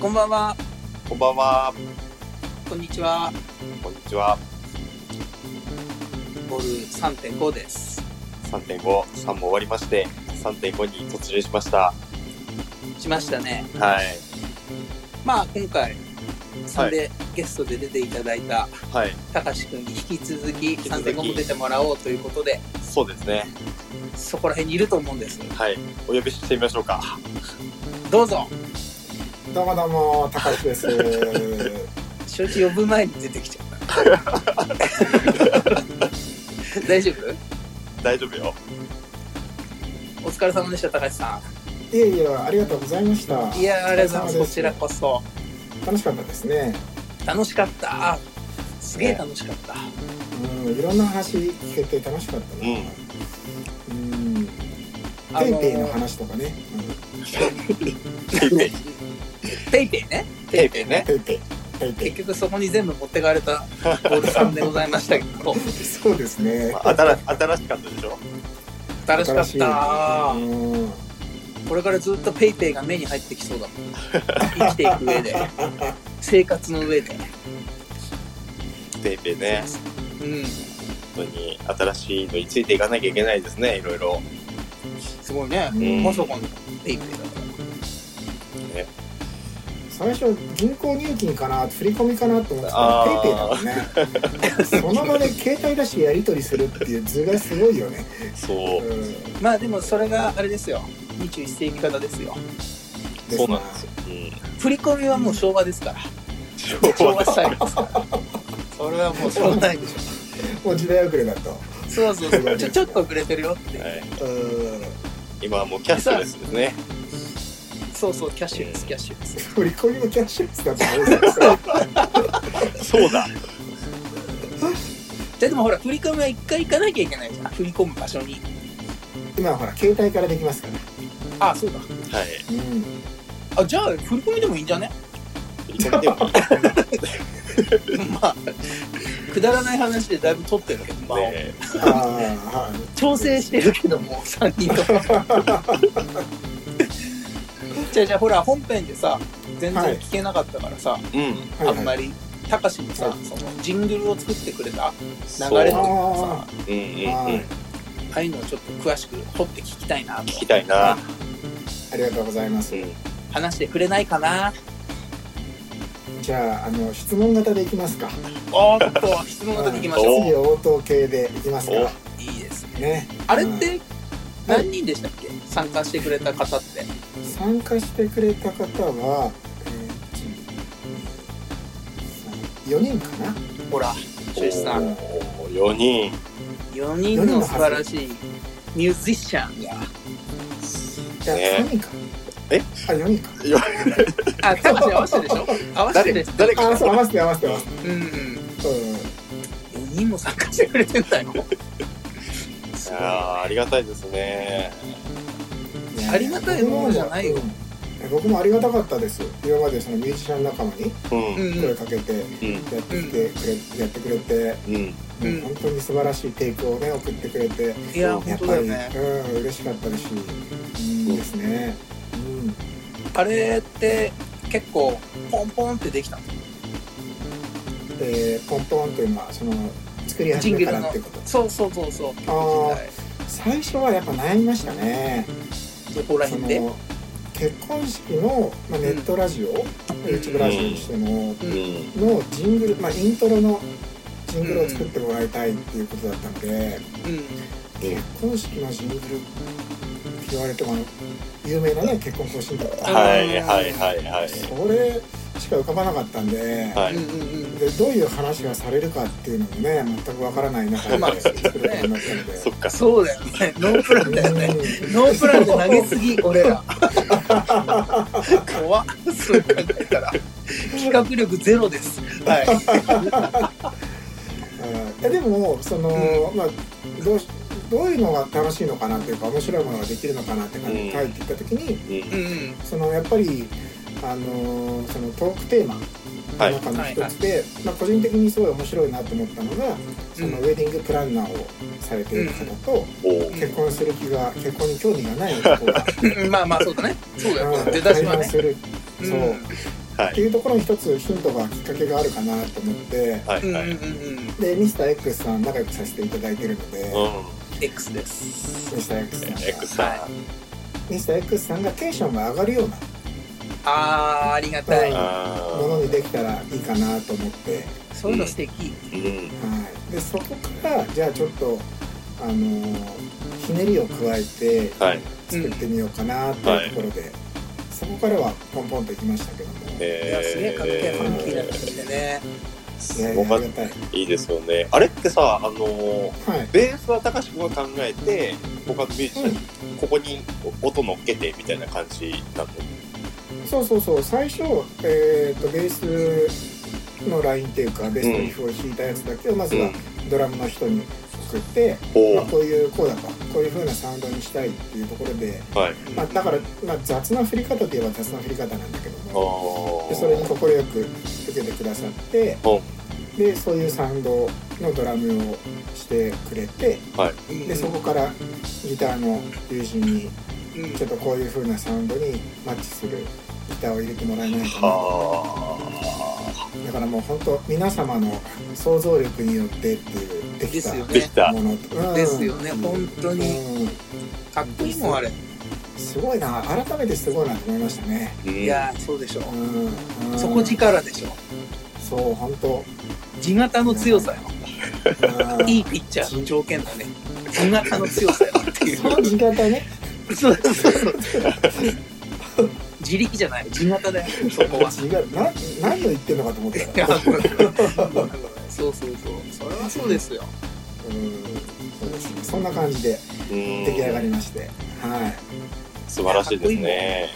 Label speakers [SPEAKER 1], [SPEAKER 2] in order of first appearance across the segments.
[SPEAKER 1] こんばんは。
[SPEAKER 2] こんばんは。
[SPEAKER 1] こんにちは。
[SPEAKER 2] こんにちは。
[SPEAKER 1] ボール3.5です。
[SPEAKER 2] 3.5、3も終わりまして、3.5に突入しました。
[SPEAKER 1] しましたね。
[SPEAKER 2] はい。
[SPEAKER 1] まあ今回、サンデーゲストで出ていただいた
[SPEAKER 2] はい。
[SPEAKER 1] たかしくんに引き続き
[SPEAKER 2] き続き
[SPEAKER 1] 3.5も出てもらおうということで、
[SPEAKER 2] そうですね。
[SPEAKER 1] そこら辺にいると思うんです。
[SPEAKER 2] はい。お呼びしてみましょうか。
[SPEAKER 1] どうぞ。
[SPEAKER 3] どうもどうも、高橋 です。
[SPEAKER 1] 承知呼ぶ前に出てきちゃった。大丈夫
[SPEAKER 2] 大丈夫よ。
[SPEAKER 1] お疲れ様でした、高橋さ
[SPEAKER 3] いやいや、ありがとうございました。
[SPEAKER 1] ん。いやー、ありがとうございます。こちら
[SPEAKER 3] お疲
[SPEAKER 1] こ
[SPEAKER 3] れ様
[SPEAKER 1] そ。
[SPEAKER 3] です楽しかったですね。
[SPEAKER 1] 楽しかった。すげえ楽しかった。
[SPEAKER 3] うん、いろんな話聞けて楽しかったな。うん。ペイペイの話とかね。
[SPEAKER 2] ペイペイ。
[SPEAKER 1] ペイペイね。
[SPEAKER 2] ペイペイ
[SPEAKER 3] う
[SPEAKER 2] ね
[SPEAKER 3] ん。ペイペイ。ペイペ
[SPEAKER 1] 結局そこに全部持ってかれたボールさんでございましたけど
[SPEAKER 3] イ。そうですね。
[SPEAKER 2] まあ、新新しかったでしょ
[SPEAKER 1] 楽しかった
[SPEAKER 3] 新しいうん。
[SPEAKER 1] これからずっとペイペイが目に入ってきそうだもん生きていく上で生活の上で
[SPEAKER 2] ペイペイね。
[SPEAKER 1] うん
[SPEAKER 2] 本当に新しいのについていかなきゃいけないですね。いろいろ。
[SPEAKER 1] すごいね
[SPEAKER 3] うん
[SPEAKER 1] まさかのペイペイだか
[SPEAKER 2] ね、
[SPEAKER 3] 最初銀行入金かな振り込みかなと思ってた
[SPEAKER 2] あ
[SPEAKER 3] ら
[SPEAKER 2] ー
[SPEAKER 3] ペイペイだもんね その場で携帯出してやり取りするっていう図がすごいよね、
[SPEAKER 2] そうう。
[SPEAKER 3] ん、
[SPEAKER 1] らまあでもそれがあれですよ21世紀型ですよ
[SPEAKER 2] そうなんですよ。うん。
[SPEAKER 1] 振り込みはもう昭和ですから
[SPEAKER 2] 昭
[SPEAKER 1] 昭
[SPEAKER 2] 和
[SPEAKER 1] 和スタイルですからそれはもうしょうがないでしょ
[SPEAKER 3] もう時代遅れだと
[SPEAKER 1] そうそうそうちょちょっと遅れてるよって、
[SPEAKER 2] はい。
[SPEAKER 3] うん
[SPEAKER 2] 今はもうキャッシュレスですね。
[SPEAKER 1] そうそうキャッシュレスキャッシュレス
[SPEAKER 3] 振り込みもキャッシュレスだと思う
[SPEAKER 2] そうだ。
[SPEAKER 1] じゃあでもほら振り込みは一回行かなきゃいけないじゃん振り込む場所に
[SPEAKER 3] 今はほら携帯からできますから、
[SPEAKER 1] あそうだ
[SPEAKER 2] はい。
[SPEAKER 3] うん、
[SPEAKER 1] あじゃあ振り込みでもいいんじゃね
[SPEAKER 2] 振り込みでも
[SPEAKER 1] まあくだらない話でだいぶ取ってるけど、まあ
[SPEAKER 2] ね。
[SPEAKER 3] ああはい
[SPEAKER 1] 調整してるけども3人ともじゃあじゃあほら本編でさ全然
[SPEAKER 3] はい
[SPEAKER 1] 聞けなかったからさ、
[SPEAKER 2] うん。
[SPEAKER 3] はいはい
[SPEAKER 1] あんまりたかしもさ、
[SPEAKER 3] はい
[SPEAKER 1] そのジングルを作ってくれた
[SPEAKER 2] そ
[SPEAKER 1] 流れといううかさ
[SPEAKER 2] うんうんうん。
[SPEAKER 1] ああいうのをちょっと詳しく掘って聞きたいなと
[SPEAKER 2] 聞きたいな。
[SPEAKER 3] ありがとうございます
[SPEAKER 2] うん。
[SPEAKER 1] 話してくれないかな
[SPEAKER 3] じゃああの質問型でいきますか
[SPEAKER 1] おーっと質問が出てきまし
[SPEAKER 2] お
[SPEAKER 1] ょ
[SPEAKER 2] ー
[SPEAKER 1] う
[SPEAKER 3] 次応答系でいきますか
[SPEAKER 2] お
[SPEAKER 1] いいですね
[SPEAKER 3] ね
[SPEAKER 1] あれって何人でしたっけ参加してくれた方って
[SPEAKER 3] 参加してくれた方は、え4人かな
[SPEAKER 1] ほら、中止さん、
[SPEAKER 2] おー4人
[SPEAKER 1] 4人の素晴らしいミュージシャンが、
[SPEAKER 3] いや、
[SPEAKER 2] ね
[SPEAKER 3] 3人か
[SPEAKER 2] え
[SPEAKER 3] あ4人か
[SPEAKER 1] あ、多分合わせてでしょ合わせて
[SPEAKER 2] 誰
[SPEAKER 1] です。
[SPEAKER 2] 誰
[SPEAKER 3] あ
[SPEAKER 2] か
[SPEAKER 3] そう合わせて合わせて合わせ
[SPEAKER 1] うんうん。
[SPEAKER 3] て、うん
[SPEAKER 1] 4人も参加してくれてんだよ。
[SPEAKER 2] いやーありがたいですね
[SPEAKER 3] ね
[SPEAKER 1] ありがたいものじゃないよ
[SPEAKER 3] うん僕もありがたかったです今までそのミュージシャン仲間に
[SPEAKER 2] うん
[SPEAKER 1] う
[SPEAKER 2] うん
[SPEAKER 1] んう
[SPEAKER 3] 声
[SPEAKER 1] ん。
[SPEAKER 3] かけて
[SPEAKER 2] う
[SPEAKER 3] や
[SPEAKER 2] ん
[SPEAKER 3] ってきてくれ、やってくれて、
[SPEAKER 2] うん
[SPEAKER 3] も
[SPEAKER 1] うん
[SPEAKER 3] う本当に素晴らしいテイクをね送ってくれて
[SPEAKER 1] いや、
[SPEAKER 3] や
[SPEAKER 1] 本
[SPEAKER 3] っ
[SPEAKER 1] 当
[SPEAKER 3] ぱ
[SPEAKER 1] だよ
[SPEAKER 3] り、
[SPEAKER 1] ね。
[SPEAKER 3] うん嬉しかったし、うん、
[SPEAKER 2] うん
[SPEAKER 3] ですね、うん、
[SPEAKER 1] あれって結構、ポンポンってできたの
[SPEAKER 3] でポンポンというのはその作り始めからってこと
[SPEAKER 1] そうそうそうそう。
[SPEAKER 3] あ最初はやっぱ悩みましたね
[SPEAKER 1] どこら
[SPEAKER 3] そ
[SPEAKER 1] 辺で
[SPEAKER 3] の結婚式の、まあ、ネットラジオ、YouTube ラジオにしても、
[SPEAKER 1] う。
[SPEAKER 2] うんん
[SPEAKER 3] のジングル、まあ、イントロのジングルを作ってもらいたいっていうことだったので、
[SPEAKER 1] うん。
[SPEAKER 3] 結婚式のジングルって言われてもあの有名なね結婚更新とか
[SPEAKER 2] はいはいはいはい
[SPEAKER 3] それしか浮かばなかったんで,、
[SPEAKER 2] は
[SPEAKER 1] うん
[SPEAKER 2] い
[SPEAKER 1] うんうん。
[SPEAKER 3] でどういう話がされるかっていうのもね全くわからない中
[SPEAKER 1] まあ
[SPEAKER 3] で作ることになったので。
[SPEAKER 2] そっか
[SPEAKER 1] そうだよね。ノープランだよね。
[SPEAKER 3] うん
[SPEAKER 1] ノープランで投げすぎ、俺ら。怖っ、そう考えたら。企画力ゼロです。はい。
[SPEAKER 3] うんえでもその、まあどうしどういうのが楽しいのかなっていうか面白いものができるのかなって感じで書いていった時に、
[SPEAKER 1] うん
[SPEAKER 2] う
[SPEAKER 1] ん
[SPEAKER 3] そのやっぱりあのーそのトークテーマ
[SPEAKER 2] は
[SPEAKER 3] の
[SPEAKER 2] い
[SPEAKER 3] 中の一つで、まあ、個人的にすごい面白いなと思ったのがその
[SPEAKER 1] う
[SPEAKER 3] ウ
[SPEAKER 1] ん
[SPEAKER 3] ェディングプランナーをされている方と、
[SPEAKER 2] おー
[SPEAKER 3] 結婚する気が結婚に興味がない男が
[SPEAKER 1] うん。まあまあ、そうだね。そうだよ。
[SPEAKER 3] う ん
[SPEAKER 1] 出だしはね。
[SPEAKER 3] する
[SPEAKER 1] うん
[SPEAKER 3] そう
[SPEAKER 2] は
[SPEAKER 3] って
[SPEAKER 2] い。
[SPEAKER 3] いうところに一つヒントがきっかけがあるかなと思って
[SPEAKER 2] は
[SPEAKER 1] う
[SPEAKER 2] い。
[SPEAKER 1] んう
[SPEAKER 2] は
[SPEAKER 1] ん
[SPEAKER 2] い。
[SPEAKER 1] うんうん。
[SPEAKER 3] でミスター x さん仲良くさせていただいてるので、
[SPEAKER 2] う
[SPEAKER 1] X です。
[SPEAKER 3] ミスター x さんが
[SPEAKER 2] ん。X さ
[SPEAKER 3] ミスター x さんがテンションが上がるような
[SPEAKER 1] あー、ありがたい。
[SPEAKER 2] ん。
[SPEAKER 3] は
[SPEAKER 2] あ
[SPEAKER 3] ものにできたらいいかなと思って、は
[SPEAKER 1] そういうの素敵。
[SPEAKER 2] ーうん。
[SPEAKER 3] い、でそこからじゃあちょっとあのひねりを加えて
[SPEAKER 2] はい。
[SPEAKER 3] 作ってみようかなっていうところで、そこからはポンポンといきましたけど
[SPEAKER 1] い
[SPEAKER 3] も、
[SPEAKER 1] や、すげえかっけえファンキーな
[SPEAKER 2] え
[SPEAKER 1] 感じでね。
[SPEAKER 2] ー。
[SPEAKER 3] いや
[SPEAKER 2] す
[SPEAKER 3] いや
[SPEAKER 2] ごか
[SPEAKER 3] あ
[SPEAKER 2] っ
[SPEAKER 3] りがたい、
[SPEAKER 2] た。いいですよね。あれってさ、あのー、
[SPEAKER 3] はい、
[SPEAKER 2] ベースは高志君が考えて、他のミュージシャンに、ここに音乗っけてみたいな感じなの。
[SPEAKER 3] そうそうそう最初、えー、とベースのラインっていうかベースのリフを弾いたやつだけをまずはドラムの人に送って、
[SPEAKER 2] お
[SPEAKER 3] まあ、こういうこうだとこういう風なサウンドにしたいっていうところで、
[SPEAKER 2] お。はい。
[SPEAKER 3] まあ、だから、まあ、雑な振り方といえば雑な振り方なんだけども
[SPEAKER 2] あ
[SPEAKER 3] でそれに快く受けてくださって
[SPEAKER 2] お
[SPEAKER 3] でそういうサウンドのドラムをしてくれて
[SPEAKER 1] うん
[SPEAKER 3] でそこからギターの友人に
[SPEAKER 1] うん
[SPEAKER 3] ちょっとこういう風なサウンドにマッチするギターを入れてもらえないかな
[SPEAKER 2] は
[SPEAKER 3] だからもう本当皆様の想像力によってっていうで
[SPEAKER 1] で
[SPEAKER 3] き
[SPEAKER 1] すよ
[SPEAKER 3] た
[SPEAKER 2] あ。でき
[SPEAKER 1] ね。
[SPEAKER 2] た。
[SPEAKER 3] ものとうん
[SPEAKER 1] ですよね、本当
[SPEAKER 3] う
[SPEAKER 1] に。
[SPEAKER 3] ん
[SPEAKER 1] かっこいいもん、あれ。
[SPEAKER 3] すごいな改めてすごいなと思いましたね、
[SPEAKER 2] うん
[SPEAKER 1] いやー、そうでしょ。
[SPEAKER 3] うんうん
[SPEAKER 1] 底力でしょ。
[SPEAKER 3] そう本当
[SPEAKER 1] 地型の強さよ。
[SPEAKER 3] うん
[SPEAKER 1] いいピッチャーの条件だね。地型の強さよってい
[SPEAKER 3] その時間帯ね
[SPEAKER 1] う。そうそうそう。自力じゃない、地型だよ、そこは。
[SPEAKER 3] 違うな何を言ってんのかと思っ
[SPEAKER 1] い
[SPEAKER 3] た
[SPEAKER 1] や
[SPEAKER 3] ら
[SPEAKER 1] ごめんごめんごめん そうそうそう。それはそうですよ。
[SPEAKER 3] うんそうですねそんな感じで
[SPEAKER 2] うん
[SPEAKER 3] 出来上がりまして、はい
[SPEAKER 2] 素晴らしいですね。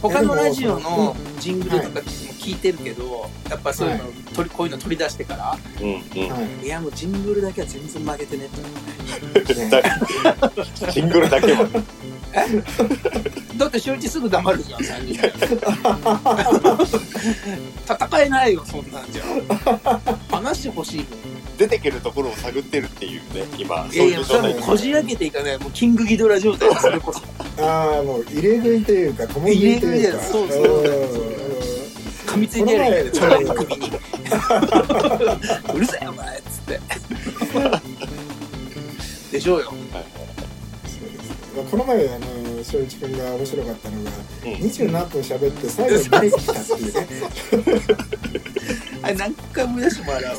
[SPEAKER 1] 他のラジオのジングルとかも聞いてるけど、やっぱそういうの、取りこういうの取り出してから、
[SPEAKER 2] うんう
[SPEAKER 3] はい
[SPEAKER 1] やもうジングルだけは全然曲げてねって。
[SPEAKER 3] い、ね
[SPEAKER 2] ん。シングルだけは。
[SPEAKER 1] だって週一すぐ黙るじゃん、3人で。戦えないよ、そんなんじゃ。話してほしいもん。
[SPEAKER 2] 出てけるところを探ってるっていうね、今、
[SPEAKER 1] い
[SPEAKER 2] そ
[SPEAKER 1] や
[SPEAKER 2] う
[SPEAKER 1] い
[SPEAKER 2] い
[SPEAKER 1] や、
[SPEAKER 2] う状
[SPEAKER 1] 多
[SPEAKER 2] 態
[SPEAKER 1] 分
[SPEAKER 2] です
[SPEAKER 1] こじ開けていかない。もうキングギドラ状態それこそ。
[SPEAKER 3] ああもう入れ食いというか小麦というか
[SPEAKER 1] 入れ食いだよそうそう噛みついてやるん
[SPEAKER 3] こ
[SPEAKER 1] だ
[SPEAKER 3] の前
[SPEAKER 1] よ、首 に。うるさいよ、お前っつって。でしょうよ。
[SPEAKER 3] そうですねまあこの前あの翔一君が面白かったのが
[SPEAKER 2] うん
[SPEAKER 3] 二十何分喋って最後にブレーキ来たっていうね
[SPEAKER 1] あれ、何回思い出してもらうわ。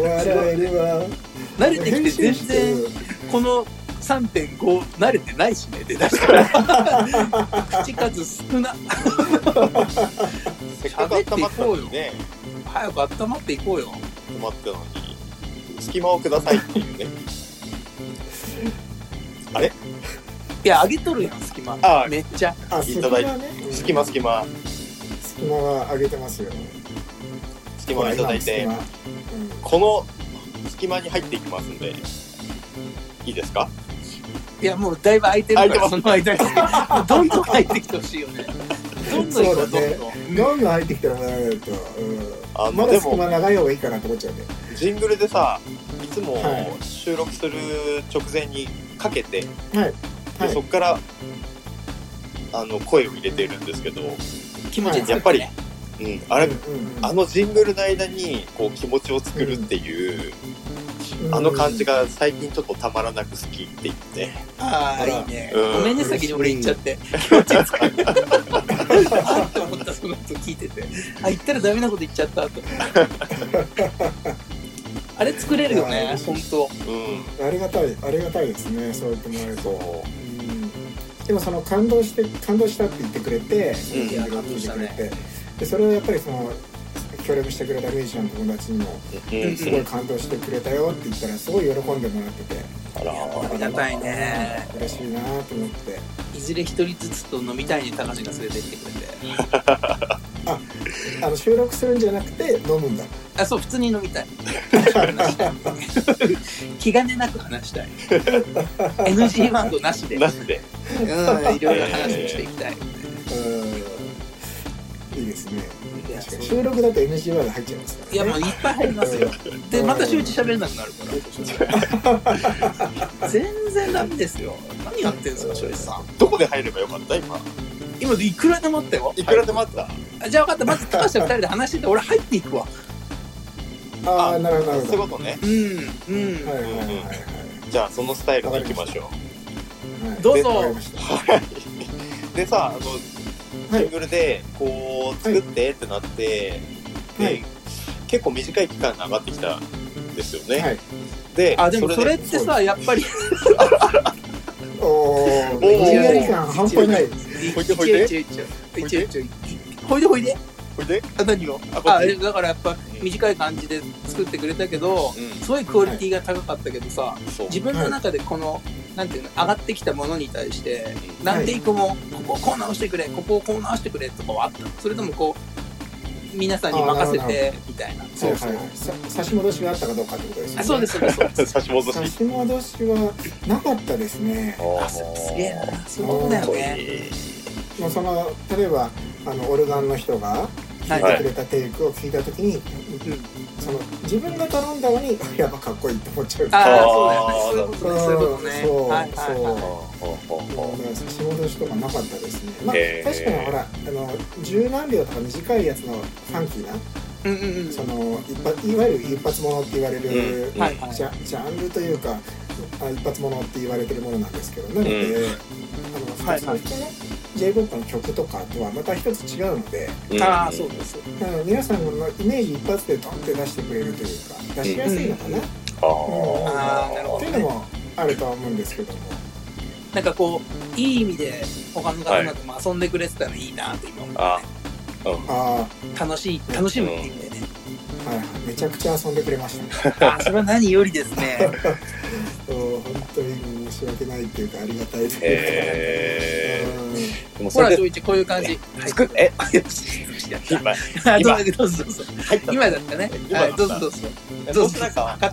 [SPEAKER 3] お笑えれば
[SPEAKER 1] 慣れてきて全然。この3.5慣れてないしね出だしから口数少な
[SPEAKER 2] せっかく温まったのにね、
[SPEAKER 1] 早く温まっていこうよ
[SPEAKER 2] 止まったのに、隙間をくださいっていうね。
[SPEAKER 1] いやあげとるやん隙間
[SPEAKER 2] あ
[SPEAKER 1] めっちゃ
[SPEAKER 3] あ
[SPEAKER 2] い
[SPEAKER 3] 隙
[SPEAKER 2] ただ
[SPEAKER 3] 間
[SPEAKER 2] い
[SPEAKER 3] ね
[SPEAKER 2] 隙間隙間、
[SPEAKER 3] 隙間は上げてますよ
[SPEAKER 2] 隙間をいただいて
[SPEAKER 3] ほ、ら
[SPEAKER 2] この隙間に入っていきますんで、いいですか
[SPEAKER 1] いやもうだいぶ空いてるからそ
[SPEAKER 2] 空
[SPEAKER 1] の間にどんどん入ってきてほしいよねどんどん行こう
[SPEAKER 3] そうだね
[SPEAKER 1] どんどん
[SPEAKER 3] 今はうんどんどん入ってきたらなると、
[SPEAKER 2] あ
[SPEAKER 3] うん、ま
[SPEAKER 2] で
[SPEAKER 3] だ
[SPEAKER 2] も
[SPEAKER 3] 隙間長い方がいいかなと思っちゃうんで
[SPEAKER 2] ジングルでさ、いつも
[SPEAKER 3] は
[SPEAKER 2] 収録する直前にかけて、
[SPEAKER 3] はい
[SPEAKER 2] でそこから、あの、声を入れてるんですけど、
[SPEAKER 1] 気持ち作て
[SPEAKER 2] やっぱり、うん、あれ、
[SPEAKER 3] うんうんうん
[SPEAKER 2] あのジングルの間にこう気持ちを作るっていう、
[SPEAKER 3] うん
[SPEAKER 2] あの感じが最近ちょっとたまらなく好きって言って、
[SPEAKER 1] ああいいね
[SPEAKER 2] うん
[SPEAKER 1] ごめんね先に俺行っちゃって気 持ち作るあって思ったその後聞いててあ言ったらダメなこと言っちゃった とあれ作れるよね本当
[SPEAKER 2] うん、
[SPEAKER 3] ありがたいありがたいですねそう言ってもらえると、
[SPEAKER 2] そ
[SPEAKER 3] うん、でもその感動して感動したって言ってくれてその
[SPEAKER 2] うん
[SPEAKER 3] ジングルを聴いてくれて、でそれをやっぱりその協力してくれたミュージシャンの友達にも
[SPEAKER 2] う、うん、
[SPEAKER 3] すごい感動してくれたよって言ったらすごい喜んでもらってて
[SPEAKER 2] あらー
[SPEAKER 1] ありがたいね
[SPEAKER 3] 嬉しいなと思って
[SPEAKER 1] いずれ一人ずつと飲みたいに高橋が連れて行ってくれて
[SPEAKER 3] あの収録するんじゃなくて飲むんだ
[SPEAKER 1] あそう普通に飲み たい気兼ねなく話したい NG ワードなしでうん
[SPEAKER 2] なし
[SPEAKER 1] い
[SPEAKER 2] で、
[SPEAKER 1] ろいろ話をしていきたい
[SPEAKER 3] うんいいですね
[SPEAKER 1] いやそう
[SPEAKER 3] 収録だと NG ワード入っちゃいますから、ね、
[SPEAKER 1] いやもういっぱい入りますよでまた週一喋れなくなる から全然ダメですよ何やってんすか週一さん
[SPEAKER 2] どこで入ればよかった今。
[SPEAKER 1] 今いくらでもあったよ
[SPEAKER 2] いくらでもあった、
[SPEAKER 1] あじゃあ分かったまず高橋と2人で話してて俺入っていくわ
[SPEAKER 3] ああ、なるほど、なる
[SPEAKER 2] そういう
[SPEAKER 3] ほ
[SPEAKER 2] ことね
[SPEAKER 1] うんうん、
[SPEAKER 3] ど。はいはいはいはい。
[SPEAKER 2] じゃあそのスタイルでいきましょ
[SPEAKER 3] はい
[SPEAKER 1] どう
[SPEAKER 3] わかり
[SPEAKER 1] ぞ
[SPEAKER 3] ました
[SPEAKER 2] うはいでさあの
[SPEAKER 3] はい
[SPEAKER 2] シングルでこう作ってってなって、
[SPEAKER 3] はい
[SPEAKER 2] で結構短い期間で上がってきたんですよね、
[SPEAKER 3] はい。
[SPEAKER 2] で
[SPEAKER 1] あでもそれっ
[SPEAKER 2] で
[SPEAKER 1] てさやっぱり
[SPEAKER 3] おー、無理やり感半端ない。
[SPEAKER 2] ほいでほいで
[SPEAKER 1] 一応一応一応一応一応ほいでほいで
[SPEAKER 2] ほいで
[SPEAKER 1] あ何を
[SPEAKER 2] あこ
[SPEAKER 1] あ
[SPEAKER 2] っち
[SPEAKER 1] だからやっぱ短い感じで作ってくれたけど
[SPEAKER 2] う
[SPEAKER 1] すごいクオリティが高かったけどさ、
[SPEAKER 2] んそう
[SPEAKER 1] 自分の中でこの、なんていうの上がってきたものに対して何テイクもここをこう直してくれここをこう直してくれとかはあったのそれともこう皆さんに任せ
[SPEAKER 3] あーな
[SPEAKER 1] てみたいな
[SPEAKER 3] はいはいはいさ差し戻しがあったかどうかってことですよ
[SPEAKER 1] あ
[SPEAKER 3] ね。
[SPEAKER 1] そうですそうですそうです
[SPEAKER 2] 差し戻し
[SPEAKER 3] 差し戻しはなかったですね。
[SPEAKER 1] あすすげえなそういうことだよね
[SPEAKER 3] もうその例えばあのオルガンの人が
[SPEAKER 1] は
[SPEAKER 3] 弾
[SPEAKER 1] い、
[SPEAKER 3] い
[SPEAKER 2] は
[SPEAKER 3] て
[SPEAKER 2] い
[SPEAKER 3] くれたテイクを聞いたときに、
[SPEAKER 1] うん、
[SPEAKER 3] その自分が頼んだのにあやっぱかっこいいって思っちゃう。
[SPEAKER 1] ああ
[SPEAKER 2] あー
[SPEAKER 1] そうだよねそういうことねそういうこと
[SPEAKER 3] そ
[SPEAKER 1] ね
[SPEAKER 3] う
[SPEAKER 1] はいはいはい
[SPEAKER 3] そうもうだから差し戻しとかなかったですね。まあ
[SPEAKER 2] へー
[SPEAKER 3] 確かにほらあの十何秒とか短いやつのファンキーな、
[SPEAKER 1] うんうんうん
[SPEAKER 3] その一発いわゆる一発物って言われる、
[SPEAKER 2] うん
[SPEAKER 1] はいはい
[SPEAKER 3] ジャジャンルというかあ一発物って言われてるものなんですけどなので、
[SPEAKER 2] う
[SPEAKER 3] あ
[SPEAKER 1] はい
[SPEAKER 3] の普通の j p o p の曲とかとはまた一つ違うので
[SPEAKER 1] ああそうです
[SPEAKER 3] だから皆さんのイメージ一発でドンって出してくれるというか出しやすいのかな、
[SPEAKER 2] あ
[SPEAKER 1] あーなるほ
[SPEAKER 2] ほ
[SPEAKER 3] と
[SPEAKER 1] ど
[SPEAKER 3] いうのもあるとは思うんですけども
[SPEAKER 1] なんかこういい意味で他の方々も遊んでくれてたらいいなって今思う、
[SPEAKER 2] あ
[SPEAKER 3] あ
[SPEAKER 1] 楽しい楽しむっていう意味でね、
[SPEAKER 3] あはいはいめちゃくちゃ遊んでくれましたね
[SPEAKER 1] あーそれは何よりです ね
[SPEAKER 3] そう本当に申し訳ないっていうかありがたいですね、
[SPEAKER 2] へ
[SPEAKER 3] うん
[SPEAKER 2] えでも
[SPEAKER 1] ほ
[SPEAKER 2] そ
[SPEAKER 1] ら、
[SPEAKER 2] れ
[SPEAKER 1] ジョ
[SPEAKER 2] で
[SPEAKER 1] イチ、こういう感じ。
[SPEAKER 2] 作っえ
[SPEAKER 1] はい、よし、よしやった
[SPEAKER 2] 今
[SPEAKER 1] あど
[SPEAKER 2] 今
[SPEAKER 1] うぞどうぞどうぞ。
[SPEAKER 2] 入った
[SPEAKER 1] 今だったね。
[SPEAKER 2] 今
[SPEAKER 1] は
[SPEAKER 2] だ
[SPEAKER 1] い、
[SPEAKER 2] った
[SPEAKER 1] どうぞどうぞ。
[SPEAKER 2] どうせなんか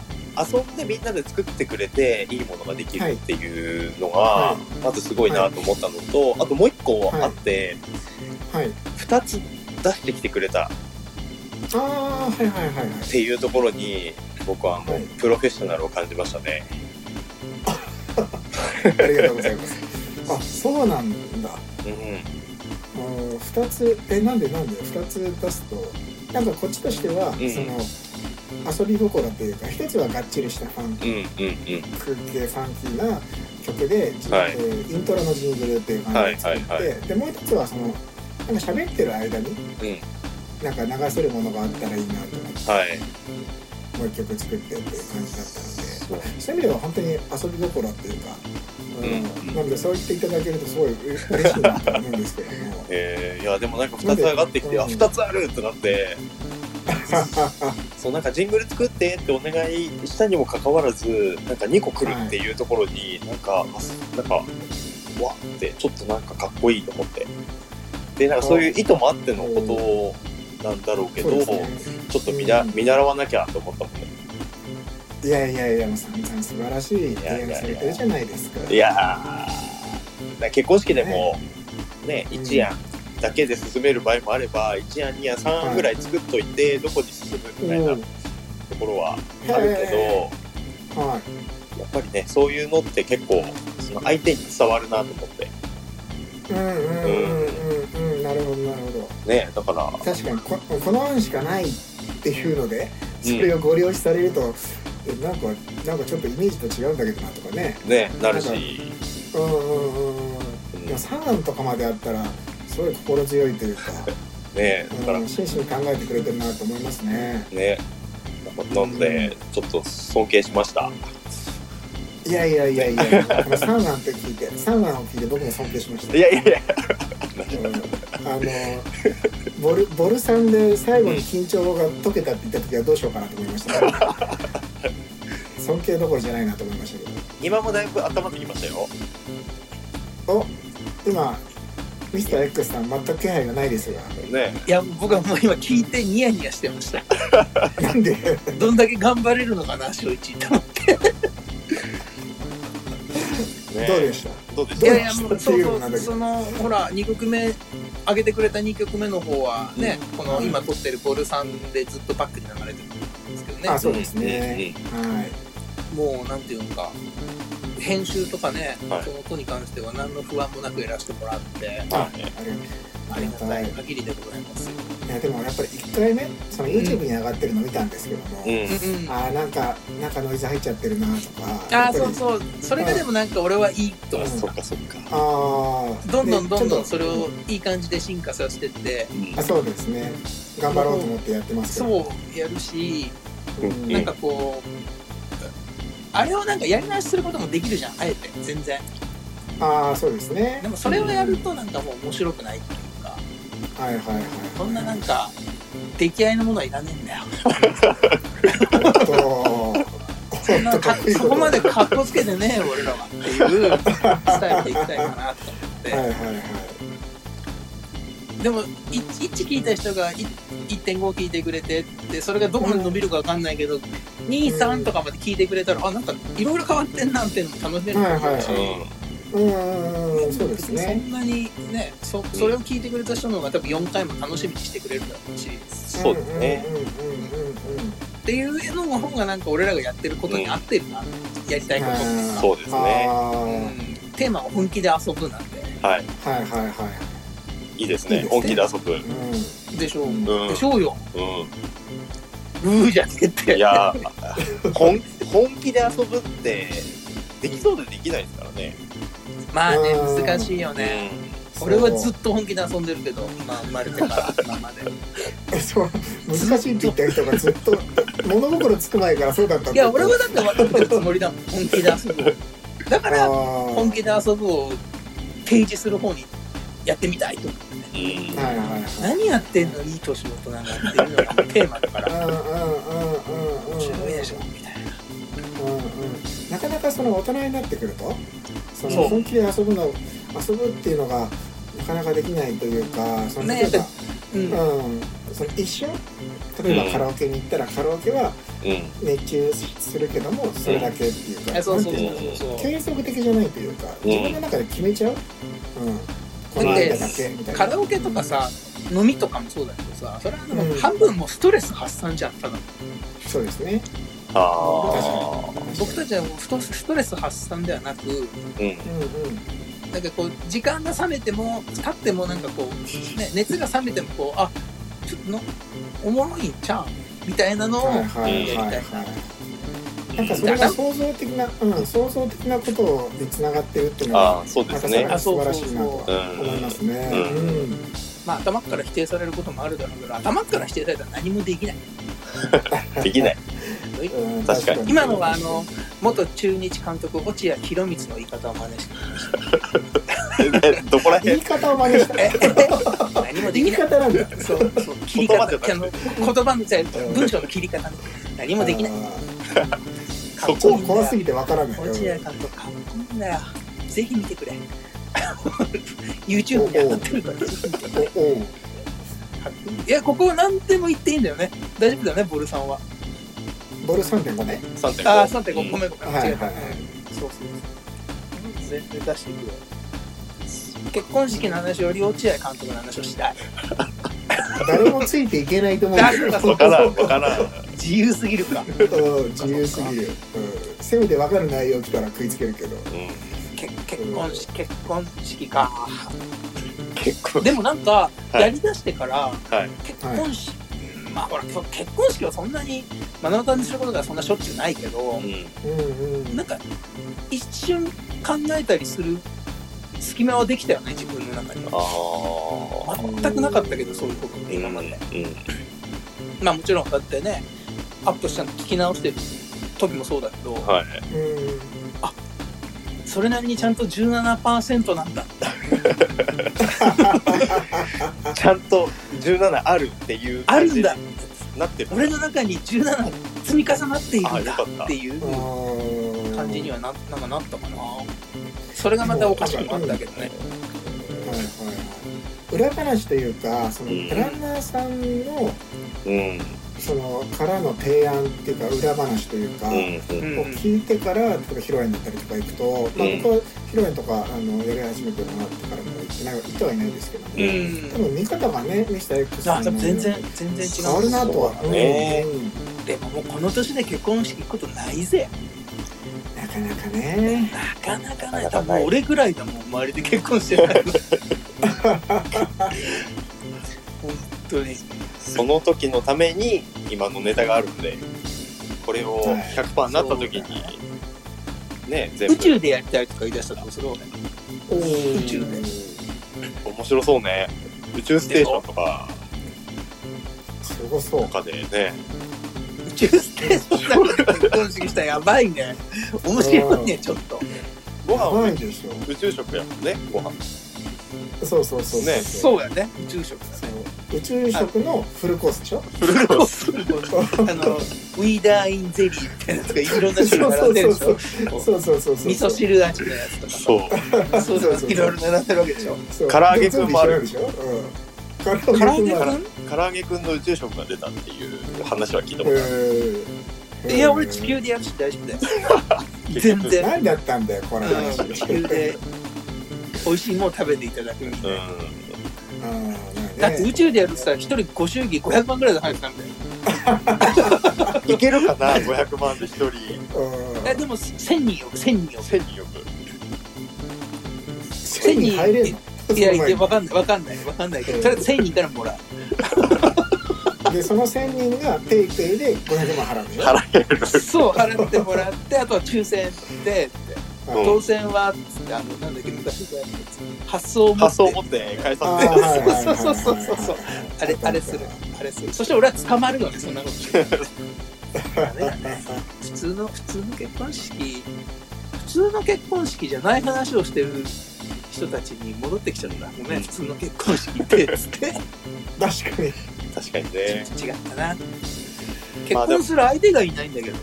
[SPEAKER 2] 遊んでみんなで作ってくれていいものができるっていうのが
[SPEAKER 3] は
[SPEAKER 2] まずすごいなと思ったのとあともう一個あって
[SPEAKER 3] はい
[SPEAKER 2] 2つ出してきてくれた
[SPEAKER 3] ああはいはいはいはい
[SPEAKER 2] っていうところに僕はもう
[SPEAKER 3] はい
[SPEAKER 2] プロフェッショナルを感じましたね
[SPEAKER 3] ありがとうございます。あ、そうなんだ。
[SPEAKER 2] うん
[SPEAKER 3] うん二つ、え、なんでなんで二つ出すと、なんかこっちとしては、
[SPEAKER 2] ん
[SPEAKER 3] その、遊び心というか、一つはがっちりしたファン
[SPEAKER 2] うんうんうん
[SPEAKER 3] ク系、ファンキーな曲で、じ
[SPEAKER 2] はい
[SPEAKER 3] えーイントロのジングルっていう感じで作って、
[SPEAKER 2] はいはい
[SPEAKER 3] で、もう一つは、その、なんか喋ってる間に、
[SPEAKER 2] うん
[SPEAKER 3] なんか流せるものがあったらいいなと思って、
[SPEAKER 2] はい
[SPEAKER 3] もう一曲作ってっていう感じだったので、
[SPEAKER 2] そう
[SPEAKER 3] そういう意味では本当に遊び心っていうか、うん
[SPEAKER 2] うん
[SPEAKER 3] なのでそう言っていただけるとすごい嬉しいなと思うんですけども
[SPEAKER 2] えーいやでもなんか2つ上がってきて、
[SPEAKER 3] うん
[SPEAKER 2] あ2つあるってなってそうなんかジングル作ってってお願いしたにもかかわらずなんか2個来るっていうところに、なんかあなんかうわってちょっとなんかかっこいいと思ってでなんかそういう意図もあってのことなんだろうけど、
[SPEAKER 3] そう
[SPEAKER 2] ち
[SPEAKER 3] ですね
[SPEAKER 2] ょっと見な
[SPEAKER 3] うん
[SPEAKER 2] 見習わなきゃと思ったもんね
[SPEAKER 3] いやいやいやもう散々素晴らしい提案されてるじゃないですか
[SPEAKER 2] いやーなんか結婚式でもね一夜だけで進める場合もあれば一夜二夜三夜ぐらい作っといてどこに進むみたいな
[SPEAKER 3] うん
[SPEAKER 2] ところはあるけど、
[SPEAKER 3] へーはい
[SPEAKER 2] やっぱりねそういうのって結構その相手に伝わるなと思って
[SPEAKER 3] うんうんうんうんうんなるほどなるほど
[SPEAKER 2] ねだから
[SPEAKER 3] 確かにここの案しかないっていうのでそれをご利用しされると、えなんかなんかちょっとイメージと違うんだけどなとかね
[SPEAKER 2] ねなるし、
[SPEAKER 3] うんうんうんうん
[SPEAKER 2] うん
[SPEAKER 3] でも3案とかまであったらすごい心強いという か
[SPEAKER 2] ねだから
[SPEAKER 3] うん真摯に考えてくれてるなと思いますね
[SPEAKER 2] ねなのでちょっと尊敬しました
[SPEAKER 3] いやいやいやいやあの3案って聞いて3案を聞いて僕も尊敬しました
[SPEAKER 2] いやいやいや
[SPEAKER 3] うんあのボルボルさんで最後に緊張が解けたって言った時はどうしようかなと思いました、尊敬どころじゃないなと思いましたけ
[SPEAKER 2] 今もだいぶ温まってきましたよ
[SPEAKER 3] どお今ミスター x さん全く気配がないですが
[SPEAKER 2] ね
[SPEAKER 1] いや、僕はもう今聞いてニヤニヤしてました。
[SPEAKER 3] なんで
[SPEAKER 1] どんだけ頑張れるのかな、正一と思って。
[SPEAKER 2] ね
[SPEAKER 3] どうでした
[SPEAKER 2] どうでし
[SPEAKER 1] い
[SPEAKER 2] た
[SPEAKER 1] やいや、もう、
[SPEAKER 3] ど
[SPEAKER 1] そうう
[SPEAKER 3] いう
[SPEAKER 1] そ
[SPEAKER 3] のなんだ
[SPEAKER 1] う、
[SPEAKER 3] けど
[SPEAKER 1] その、ほら、2曲目、上げてくれた2曲目の方はね、この今撮ってるボルさんでずっとバックに流れてるんですけどね
[SPEAKER 3] あ、そうですね、はい
[SPEAKER 1] もう、なんていうのか、編集とかね、
[SPEAKER 2] はい
[SPEAKER 1] その音に関しては何の不安もなくやらせてもらって、
[SPEAKER 3] あ
[SPEAKER 2] ね
[SPEAKER 3] ありがとう
[SPEAKER 1] ありが
[SPEAKER 3] ありがた
[SPEAKER 1] た
[SPEAKER 3] い
[SPEAKER 1] い
[SPEAKER 3] い
[SPEAKER 1] 限りでございます。
[SPEAKER 3] やでもやっぱり1回ねその YouTube に上がってるの見たんですけども、
[SPEAKER 2] うん
[SPEAKER 1] うんうん、あ
[SPEAKER 3] あーなんかなんかノイズ入っちゃってるなとかや
[SPEAKER 1] あ
[SPEAKER 3] っ
[SPEAKER 1] ー、
[SPEAKER 3] ぱり
[SPEAKER 1] そうそう、それがでもなんか俺はいいと思う。
[SPEAKER 2] そっかそっか。
[SPEAKER 3] あー
[SPEAKER 1] どんどん
[SPEAKER 3] で
[SPEAKER 1] どんど
[SPEAKER 3] ちょっ
[SPEAKER 1] ん
[SPEAKER 3] と
[SPEAKER 1] それをいい感じで進化させてって、
[SPEAKER 2] うん
[SPEAKER 3] あそうですね頑張ろうと思ってやってますけど
[SPEAKER 1] そうやるし、
[SPEAKER 2] うん
[SPEAKER 1] なんかこう、あれをなんかやり直しすることもできるじゃん、あえて、全然。
[SPEAKER 3] ああそうですね
[SPEAKER 1] でもそれをやるとなんかもう面白くないっていうか、
[SPEAKER 3] はいはいはい
[SPEAKER 1] そんななんか、出来合いのものはいらねえんだ よ。
[SPEAKER 3] おっと おっ
[SPEAKER 1] そんな
[SPEAKER 3] とか
[SPEAKER 1] か
[SPEAKER 3] っこいい
[SPEAKER 1] そ
[SPEAKER 3] こと
[SPEAKER 1] こまで格好つけてねえ俺らはっていうスタイルでいきたいかなと思って、
[SPEAKER 3] はいはいはい
[SPEAKER 1] でも1聞いた人がい1.5聞いてくれてってそれがどこまで伸びるかわかんないけど、23とかまで聞いてくれたらあなんかいろいろ変わってんなっていうのも楽しめるかもしれないし、
[SPEAKER 3] はうんうんうんうんそうで
[SPEAKER 1] 別
[SPEAKER 3] す
[SPEAKER 1] に
[SPEAKER 3] ね
[SPEAKER 1] そんなにねそそれを聞いてくれた人の方が多分4回も楽しみにしてくれるだろうしっ
[SPEAKER 2] そうですね。
[SPEAKER 3] うんうんうんうんうん
[SPEAKER 1] ていうのの方がなんか俺らがやってることに合ってるな、やりたいことっていうか
[SPEAKER 2] そうですね。
[SPEAKER 3] あー
[SPEAKER 1] うんテーマを本気で遊ぶなんて
[SPEAKER 2] はい。
[SPEAKER 3] はいはいはい
[SPEAKER 2] いいです
[SPEAKER 1] いい
[SPEAKER 2] ね。
[SPEAKER 1] ですね
[SPEAKER 2] 本気で遊ぶ。
[SPEAKER 3] う
[SPEAKER 1] でしょう、
[SPEAKER 3] うん
[SPEAKER 1] でしょうよ
[SPEAKER 2] う
[SPEAKER 1] うーじゃねえっ
[SPEAKER 2] ん。
[SPEAKER 1] て
[SPEAKER 2] いやー、本本気で遊ぶってできそうでできないですからね。
[SPEAKER 1] まあね
[SPEAKER 3] うん
[SPEAKER 1] 難しいよね
[SPEAKER 3] ん
[SPEAKER 1] 俺はずっと本気で遊んでるけど今生まれてから今まで
[SPEAKER 3] そう難しいって言った人がずっと物心つく前からそうだったんだ
[SPEAKER 1] いや俺はだって分かってるつもりだもん本気で遊ぶをだから 本
[SPEAKER 3] 本
[SPEAKER 1] 気で遊ぶを提示する方にやってみたいと思ってね
[SPEAKER 2] うん。うん
[SPEAKER 3] はいはいはい
[SPEAKER 1] 何やってんのいい年の大人なんていうのがテーマだから
[SPEAKER 3] うんうんうんうんうん
[SPEAKER 1] 面白いでしょみたいな
[SPEAKER 3] うんうんなかなかその大人になってくると
[SPEAKER 1] そ
[SPEAKER 3] そ
[SPEAKER 1] う
[SPEAKER 3] の本気で遊ぶの遊ぶっていうのがなかなかできないというかその
[SPEAKER 1] ね
[SPEAKER 3] 例えば、
[SPEAKER 1] うん
[SPEAKER 3] うん、その一瞬例えばカラオケに行ったらカラオケは熱中するけどもそれだけっていうか、
[SPEAKER 1] えそうそう
[SPEAKER 3] なん
[SPEAKER 1] そ
[SPEAKER 3] ていうの
[SPEAKER 1] そうそう
[SPEAKER 3] 継続的じゃないというか
[SPEAKER 2] うん
[SPEAKER 3] 自分の中で決めちゃう、うん、この間だけみたい
[SPEAKER 1] カ
[SPEAKER 3] な。
[SPEAKER 1] ラオケとかさ飲みとかもそうだけどさそれはでも
[SPEAKER 3] うん
[SPEAKER 1] 半分もうストレス発散じゃんただ
[SPEAKER 3] そうですね
[SPEAKER 2] ああ。
[SPEAKER 1] 僕たちはもうストストレス発散ではなく
[SPEAKER 2] うん。
[SPEAKER 3] うんうん
[SPEAKER 1] なんかこう時間が冷めても経ってもなんかこう、ね、熱が冷めてもこうあちょっとのおもろいんちゃうみたいなのを
[SPEAKER 3] はい
[SPEAKER 1] や
[SPEAKER 3] はい
[SPEAKER 1] り
[SPEAKER 3] はい
[SPEAKER 1] たい
[SPEAKER 3] は
[SPEAKER 1] ない
[SPEAKER 3] なんかそれが創造的な、うん、創造的なことにつながってるっていうの
[SPEAKER 2] あ
[SPEAKER 3] は
[SPEAKER 2] あ、そうで
[SPEAKER 3] また
[SPEAKER 2] す
[SPEAKER 3] さら
[SPEAKER 2] ね
[SPEAKER 1] あ。
[SPEAKER 3] に素晴らしいなと
[SPEAKER 2] う
[SPEAKER 3] 思いま
[SPEAKER 2] ん。
[SPEAKER 3] すね。
[SPEAKER 2] う
[SPEAKER 3] うん、
[SPEAKER 1] まあ頭から否定されることもあるだろうけど頭から否定されたら何もできない
[SPEAKER 2] できない。
[SPEAKER 3] うん
[SPEAKER 2] 確かに
[SPEAKER 1] 今のはあの元中日監督落合博満の言い方を真 似して
[SPEAKER 2] えどこら
[SPEAKER 3] 言い
[SPEAKER 2] 辺
[SPEAKER 3] 方を真似した。
[SPEAKER 1] え何もで
[SPEAKER 3] 言
[SPEAKER 1] き
[SPEAKER 3] い
[SPEAKER 1] ない
[SPEAKER 3] 方なんだ。
[SPEAKER 1] そうそう切り方
[SPEAKER 2] 言葉じ
[SPEAKER 1] あ
[SPEAKER 2] ゃ
[SPEAKER 1] の
[SPEAKER 2] なく
[SPEAKER 1] 言葉のじゃあ文章の切り方ね何もできない
[SPEAKER 2] そ
[SPEAKER 3] ち
[SPEAKER 2] こ
[SPEAKER 3] ょっと怖すぎてわからない。
[SPEAKER 1] 落合監督かっこいいんだよぜひ見てくれ YouTube に上がってるからぜひ見てくれ
[SPEAKER 3] おおう。
[SPEAKER 1] いやここ何でも言っていいんだよね大丈夫だよねボルさんは
[SPEAKER 3] ボール三点五ね。
[SPEAKER 2] 3.5。
[SPEAKER 1] ああ3.5ご
[SPEAKER 2] うん
[SPEAKER 1] めんごめん
[SPEAKER 3] はい
[SPEAKER 1] 間違えた、
[SPEAKER 3] はいはい
[SPEAKER 1] うんそうそうそう全然出していくよ結婚式の話より落合監督の話をしたい
[SPEAKER 3] 誰もついていけないと思う。
[SPEAKER 1] 誰かそ
[SPEAKER 2] わからん、わからん。
[SPEAKER 1] 自由すぎるか
[SPEAKER 3] うん自由すぎる。うんせめてわかる内容来たら食いつけるけど。
[SPEAKER 2] うん。
[SPEAKER 1] け結婚式結婚式か
[SPEAKER 2] 結構。
[SPEAKER 1] でもなんか
[SPEAKER 2] はい
[SPEAKER 1] やりだしてから、
[SPEAKER 2] はい。
[SPEAKER 1] 結婚式、まあほら結結婚式はそんなに目の当たりにすることがそんなしょっちゅうないけど、
[SPEAKER 2] うん。
[SPEAKER 3] うんうん。
[SPEAKER 1] なんか一瞬考えたりする隙間はできたよね自分の中には
[SPEAKER 2] ああ。
[SPEAKER 1] 全くなかったけどそういうことって今まで、
[SPEAKER 2] うん。
[SPEAKER 1] まあもちろんだってねアップしたの聞き直してる時もそうだけど、
[SPEAKER 2] はい。
[SPEAKER 3] うん。
[SPEAKER 1] それなりにちゃんと17%なんだ
[SPEAKER 2] ちゃんと17あるっていう
[SPEAKER 1] あ
[SPEAKER 2] 感
[SPEAKER 1] る
[SPEAKER 2] じ
[SPEAKER 1] ん
[SPEAKER 2] に
[SPEAKER 1] だ
[SPEAKER 2] なってる
[SPEAKER 1] 俺の中に17積み重なっている
[SPEAKER 2] あ
[SPEAKER 1] ん
[SPEAKER 2] よ
[SPEAKER 1] だ
[SPEAKER 2] かった
[SPEAKER 1] っていう
[SPEAKER 3] うん
[SPEAKER 1] 感じにはななんかなったかなそれがまたおかしくもあったけどね
[SPEAKER 3] はいはいはい、裏話というかその
[SPEAKER 2] うん
[SPEAKER 3] プランナーさんの
[SPEAKER 2] うん
[SPEAKER 3] そのからの提案っていうか裏話というか、
[SPEAKER 2] う
[SPEAKER 3] を
[SPEAKER 2] んうん
[SPEAKER 1] うん
[SPEAKER 3] 聞いてから例えば披露宴だったりとか行くと、まあ
[SPEAKER 2] うん、
[SPEAKER 3] 僕は披露宴とかあのやり始めてもらってからも行ってない行ってはいないですけども、
[SPEAKER 1] う
[SPEAKER 2] うん
[SPEAKER 1] ん
[SPEAKER 3] 多分見方がねミスター X
[SPEAKER 1] あ
[SPEAKER 3] さん
[SPEAKER 1] で
[SPEAKER 3] の
[SPEAKER 1] も全然全然違
[SPEAKER 3] 変わ
[SPEAKER 1] う
[SPEAKER 3] るなとは
[SPEAKER 2] そうだね
[SPEAKER 3] うんうん
[SPEAKER 1] でももうこの年で結婚式行くことないぜ
[SPEAKER 3] なかなかね
[SPEAKER 1] なかなかない多分俺ぐらいだもん周りで結婚してない本当に
[SPEAKER 2] その時のために今のネタがあるんでこれを100%になった時に、ね全
[SPEAKER 1] 宇宙でやりたいとか言い出したら面白いね宇宙で
[SPEAKER 2] 面白そうね宇宙ステーションとか
[SPEAKER 3] すごそう
[SPEAKER 2] 中でね
[SPEAKER 1] 宇宙ステーションなんか結婚式したらやばいね面白いねちょっと
[SPEAKER 2] ご飯は
[SPEAKER 3] ないでしょ
[SPEAKER 2] 宇宙食やもんねご飯
[SPEAKER 3] そうそうそう
[SPEAKER 2] ね
[SPEAKER 3] そ
[SPEAKER 1] そう
[SPEAKER 3] う
[SPEAKER 1] やね宇宙食だね
[SPEAKER 3] 宇宙食のフルコースでしょ
[SPEAKER 1] フルコースあのウィーダーインゼリーみたいなやつがいろんな種類
[SPEAKER 3] そ
[SPEAKER 1] 並ん
[SPEAKER 3] う
[SPEAKER 1] で
[SPEAKER 3] そ
[SPEAKER 1] る
[SPEAKER 3] う
[SPEAKER 1] でし
[SPEAKER 3] そう
[SPEAKER 1] ょ
[SPEAKER 3] そうそうそうそう
[SPEAKER 1] 味噌汁味のやつとか
[SPEAKER 2] そう
[SPEAKER 1] さそう
[SPEAKER 3] そう
[SPEAKER 1] そ
[SPEAKER 3] そうう
[SPEAKER 1] いろいろ並んでるわけでしょ
[SPEAKER 3] そう
[SPEAKER 2] 唐揚げくんもある
[SPEAKER 3] でしょ、うん、唐
[SPEAKER 1] 唐
[SPEAKER 3] 揚
[SPEAKER 1] 揚
[SPEAKER 3] げ
[SPEAKER 1] げ
[SPEAKER 3] くんもある
[SPEAKER 2] 唐揚げくんの宇宙食が出たっていう話は聞いたことある
[SPEAKER 3] えー
[SPEAKER 1] いや俺地球でやるし大丈夫だよ全然
[SPEAKER 3] 何だったんだよこの話
[SPEAKER 1] うん地球で美味しいもの食べていただくみたいな、
[SPEAKER 2] う
[SPEAKER 3] うん
[SPEAKER 1] だって宇宙でやるとさ一人ご祝儀500万ぐらいで入ってたんだよ
[SPEAKER 2] んいけるかな500万で1人
[SPEAKER 1] えでも1000人よ1000人よ
[SPEAKER 2] 1000人よく
[SPEAKER 3] 千人入れんの
[SPEAKER 1] いやい
[SPEAKER 3] その前
[SPEAKER 1] や
[SPEAKER 3] に
[SPEAKER 1] わかんないわかんないわかんないけどとりあえず1000人からもらう
[SPEAKER 3] でその千人がペイペイで五百万払うんでしょ
[SPEAKER 2] 払える
[SPEAKER 1] そう払ってもらってあとは抽選でって
[SPEAKER 2] うん
[SPEAKER 1] 当選はつってあのなんだっけ昔のやつ発想を持
[SPEAKER 2] 発想を持
[SPEAKER 1] って
[SPEAKER 2] って返
[SPEAKER 3] あー
[SPEAKER 2] さ
[SPEAKER 3] は
[SPEAKER 2] せ
[SPEAKER 3] い
[SPEAKER 2] て
[SPEAKER 3] はいはいはい
[SPEAKER 1] そうそうそうそうあれあれするあれするそして俺は捕まるのねそんなことしてダメだね普通の普通の結婚式普通の結婚式じゃない話をしてる人たちに戻ってきちゃうんだごめん普通の結婚式って つって
[SPEAKER 3] 確かに
[SPEAKER 2] 確かに
[SPEAKER 1] 違
[SPEAKER 2] ね
[SPEAKER 1] ったな結
[SPEAKER 2] まあでも
[SPEAKER 1] 婚する相手がいないんだけど、